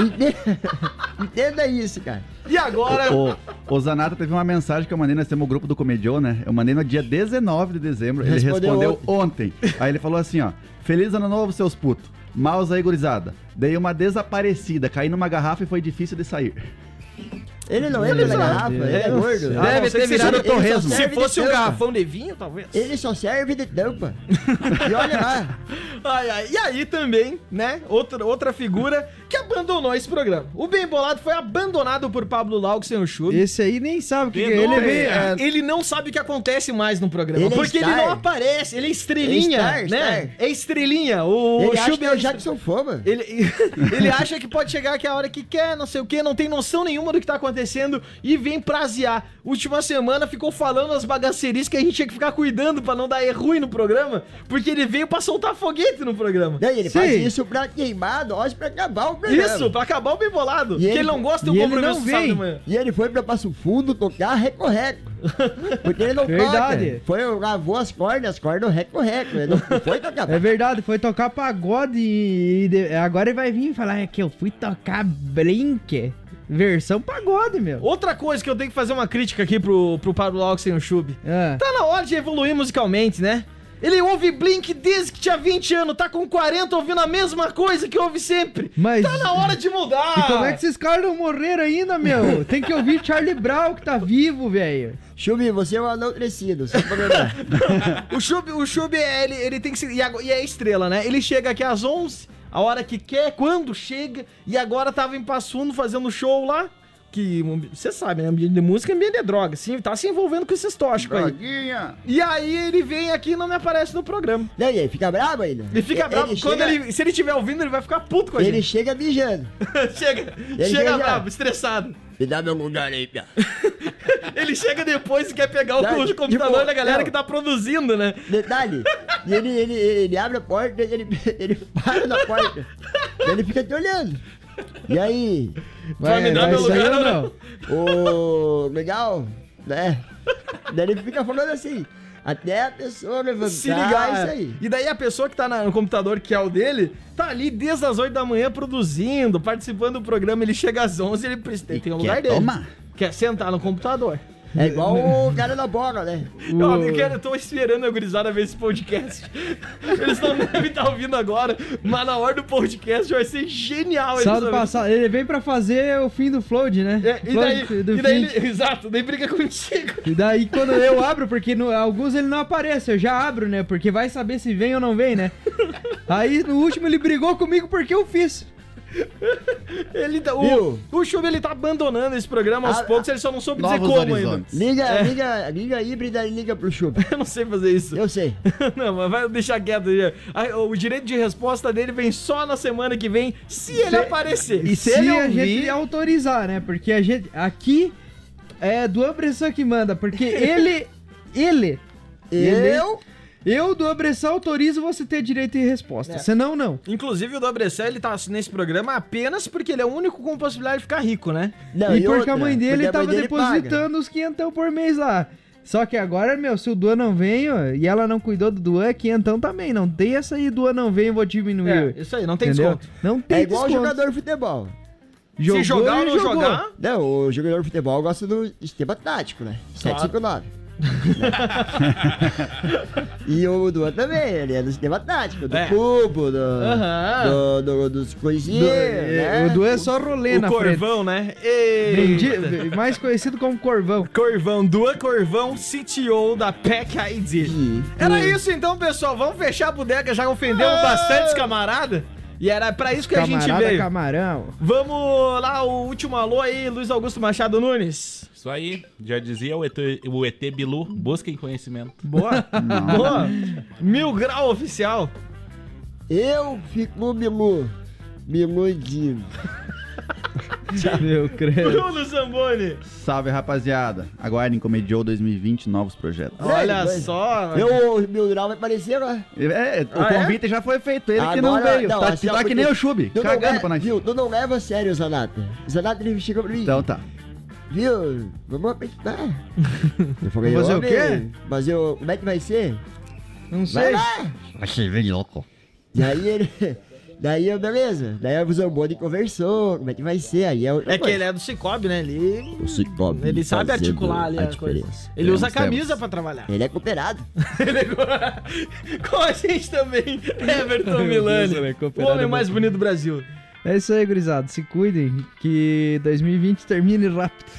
Entenda, entenda isso, cara.
E agora,
O, o Zanata teve uma mensagem que eu mandei, nós temos o grupo do Comedion, né? Eu mandei no dia 19 de dezembro, ele
Respondeu
respondeu ontem. Aí ele falou assim, ó, Feliz Ano Novo, seus putos. Maus aí, gurizada. Dei uma desaparecida, caí numa garrafa e foi difícil de sair.
Ele não entra na garrafa, ele é gordo.
Ah, não
Deve
sei
ter
se
virado
ele-
torresmo.
Se
serve de
fosse um
tampa.
garrafão de vinho, talvez.
Ele só serve de tampa. E olha lá.
Ai, ai. E aí também, né? Outra, outra figura que abandonou esse programa. O Bem Bolado foi abandonado por Pablo Lau, sem o chute.
Esse aí nem sabe o que, que é.
Denúncia.
ele vem.
É, Ele não sabe o que acontece mais no programa.
Ele é
porque ele
star.
não aparece, ele é estrelinha,
É star,
né?
star.
É estrelinha. O
ele acha
Schubert
que é o Jackson Foma.
Ele, ele acha que pode chegar aqui a hora que quer, não sei o que, não tem noção nenhuma do que tá acontecendo e vem prazear. Última semana ficou falando as bagaceiras que a gente tinha que ficar cuidando pra não dar er- ruim no programa, porque ele veio pra soltar foguete no programa.
Daí ele
Sim.
faz isso pra queimar nós pra acabar o programa.
Isso, pra acabar o bem bolado.
É E
Porque
ele-
ele não gosta do
e ele
compromisso
não
do sábado
vem.
de manhã.
E ele foi pra Passo Fundo tocar recorreco. Porque ele não
Verdade.
toca. Foi, gravou as cordas, as cordas recorreco. Ele não foi tocar.
É verdade, foi tocar pagode e e de- agora ele vai vir e falar "É que eu fui tocar brinque. Versão pagode, meu.
Outra coisa que eu tenho que fazer uma crítica aqui pro, pro Pablo Oxen e o Chub.
Ah.
Tá na hora de evoluir musicalmente, né? Ele ouve Blink desde que tinha 20 anos, tá com 40 ouvindo a mesma coisa que ouve sempre.
Mas-
Tá na hora de mudar!
E como é que esses caras não morreram ainda, meu? Tem que ouvir Charlie Brown que tá vivo, velho.
Chubi, você é um anão crescido. Só pra lembrar.
O Chub, o Chub é, ele, ele tem que ser. E, ago- e é estrela, né? Ele chega aqui às 11, a hora que quer, quando chega, e agora tava em Passuno fazendo show lá. Que você sabe, né? Ambiente de música é ambiente de droga. Sim, tá se envolvendo com esses tóxicos aí.
Droguinha!
E aí ele vem aqui e não me aparece no programa.
Não, e ele fica bravo ainda.
Ele fica bravo. Quando
chega,
ele, se ele estiver ouvindo, ele vai ficar puto com a
Ele
gente.
chega mijando.
chega
chega
chega
já.
bravo, estressado.
Me dá meu lugar aí, pia.
Ele chega depois e quer pegar o
Tá,
co-
de- de
computador
boa.
da galera
Não.
que tá produzindo, né?
Detalhe, e ele, ele, ele abre a porta, ele, ele para na porta. ele fica te olhando. E aí?
Vai me dar meu
sair
lugar ou não?
Ô, legal, né? Daí ele fica falando assim, até a pessoa levantar
Se ligar.
isso
é.
aí.
E daí a pessoa que tá na- no computador, que é o dele, tá ali desde as 8 da manhã produzindo, participando do programa. Ele chega às 11 ele precisa- tem o lugar
quer
dele.
tomar?
Quer sentar no computador.
É igual o cara da bola, né?
Eu, eu quero- eu tô esperando a gurizada ver esse podcast. Eles não devem estar ouvindo agora, mas na hora do podcast vai ser genial. eles
Sábado
ouvindo.
passado, ele vem pra fazer o fim do Flood, né?
É, e daí,
Flood do
e daí
fim.
ele, exato, daí briga contigo.
E daí quando eu abro, porque no- alguns ele não aparece, eu já abro, né? Porque vai saber se vem ou não vem, né? Aí no último ele brigou comigo porque eu fiz.
Ele tá, o
Viu?
o Chubb, ele tá abandonando esse programa aos
Ah,
poucos, ele só não soube dizer
Novos
como ainda.
horizontes.
Liga,
É.
liga, liga híbrida e liga pro chupa.
Eu não sei fazer isso.
Eu sei.
Não, mas vai deixar quieto. aí. Aí, O direito de resposta dele vem só na semana que vem, se ele aparecer.
E se,
ele
a gente
ouvir-
autorizar, né? Porque a gente. Aqui é Duan Bressan que manda, porque ele. ele.
Eu?
Eu, Duan Bressan, autorizo você ter direito de resposta. Senão, não.
Inclusive, o Dobrecel, ele tá nesse programa apenas porque ele é o único com possibilidade de ficar rico, né?
Não,
e porque a
outra,
mãe
porque
dele
a
tava
mãe dele paga.
depositando os quinhentão por mês lá. Só que agora, meu, se o Duan não vem ó, e ela não cuidou do Duan, é quinhentão também. Não tem essa aí, Duan não vem, eu vou diminuir.
isso aí, não É, tem
É, Entendeu?
desconto.
Não tem
É igual
desconto.
jogador de futebol.
Jogou
se jogar ou
e
não
jogou.
jogar,
Não, Né, o jogador de futebol gosta do sistema tático, né? 759. e o Duan também, ele é do sistema tático, do
É.
cubo, do,
Aham.
do- do- dos coisinhas, né?
O Duan é só rolê
o
na frente.
Corvão, né? Ei,
Vendi- mais conhecido como Corvão.
Corvão, Duan Corvão, CTO da PEC ID. Era isso então, pessoal. Vamos fechar a bodega, já ofendeu bastante os camarada. E era pra isso que a gente
Camarada
veio.
Camarão.
Vamos lá, o último alô aí, Luiz Augusto Machado Nunes.
Isso aí, já dizia o ET, o ET Bilu, busquem conhecimento.
Boa. Boa. Mil grau oficial.
Eu fico Milu, Miludinho.
Meu credo.
Bruno Zamboni.
Salve, rapaziada. Aguardem Comediou 2020, novos projetos.
Olha
Sério,
só.
Eu, o meu grau vai parecer, né?
É, o
Ah, é?
convite já foi feito, ele que não
Agora-
veio. tá
assim, ó,
tá que
porque
nem o Chub,
tu não
cagando
le-
pra nós.
Viu, tu não leva a sério o Zanata. O Zanata, ele chegou pra mim,
Então tá.
viu, vamos apertar. Eu falei,
Vamos fazer o
"Homem,
quê?
Mas eu, como é que vai ser?
Não
Vai
sei.
lá!
Achei bem louco.
Daí ele. Daí eu, beleza. Daí o Zamboni conversou, como é que vai ser? Aí é outra
É que
coisa.
ele é do Cicobi, né? Ele,
Cicobi
ele sabe
fazendo
articular ali
a
a, coisa.
diferença.
Ele usa a
Temos, temos.
camisa pra trabalhar.
Ele é cooperado.
Ele é co- Com a gente também, Everton Milani.
Deus, né?
O
Cooperado
homem mais
muito.
bonito do Brasil.
É isso aí, gurizada. Se cuidem que 2020 termine rápido.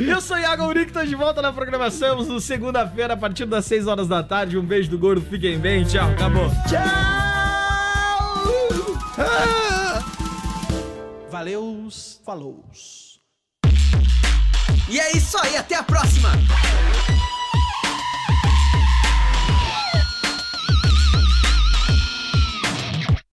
Eu sou Iago Uric, tô de volta na programação no segunda-feira, a partir das 6 horas da tarde. Um beijo do gordo, fiquem bem, tchau, acabou.
Valeus, falou. E é isso aí, até a próxima!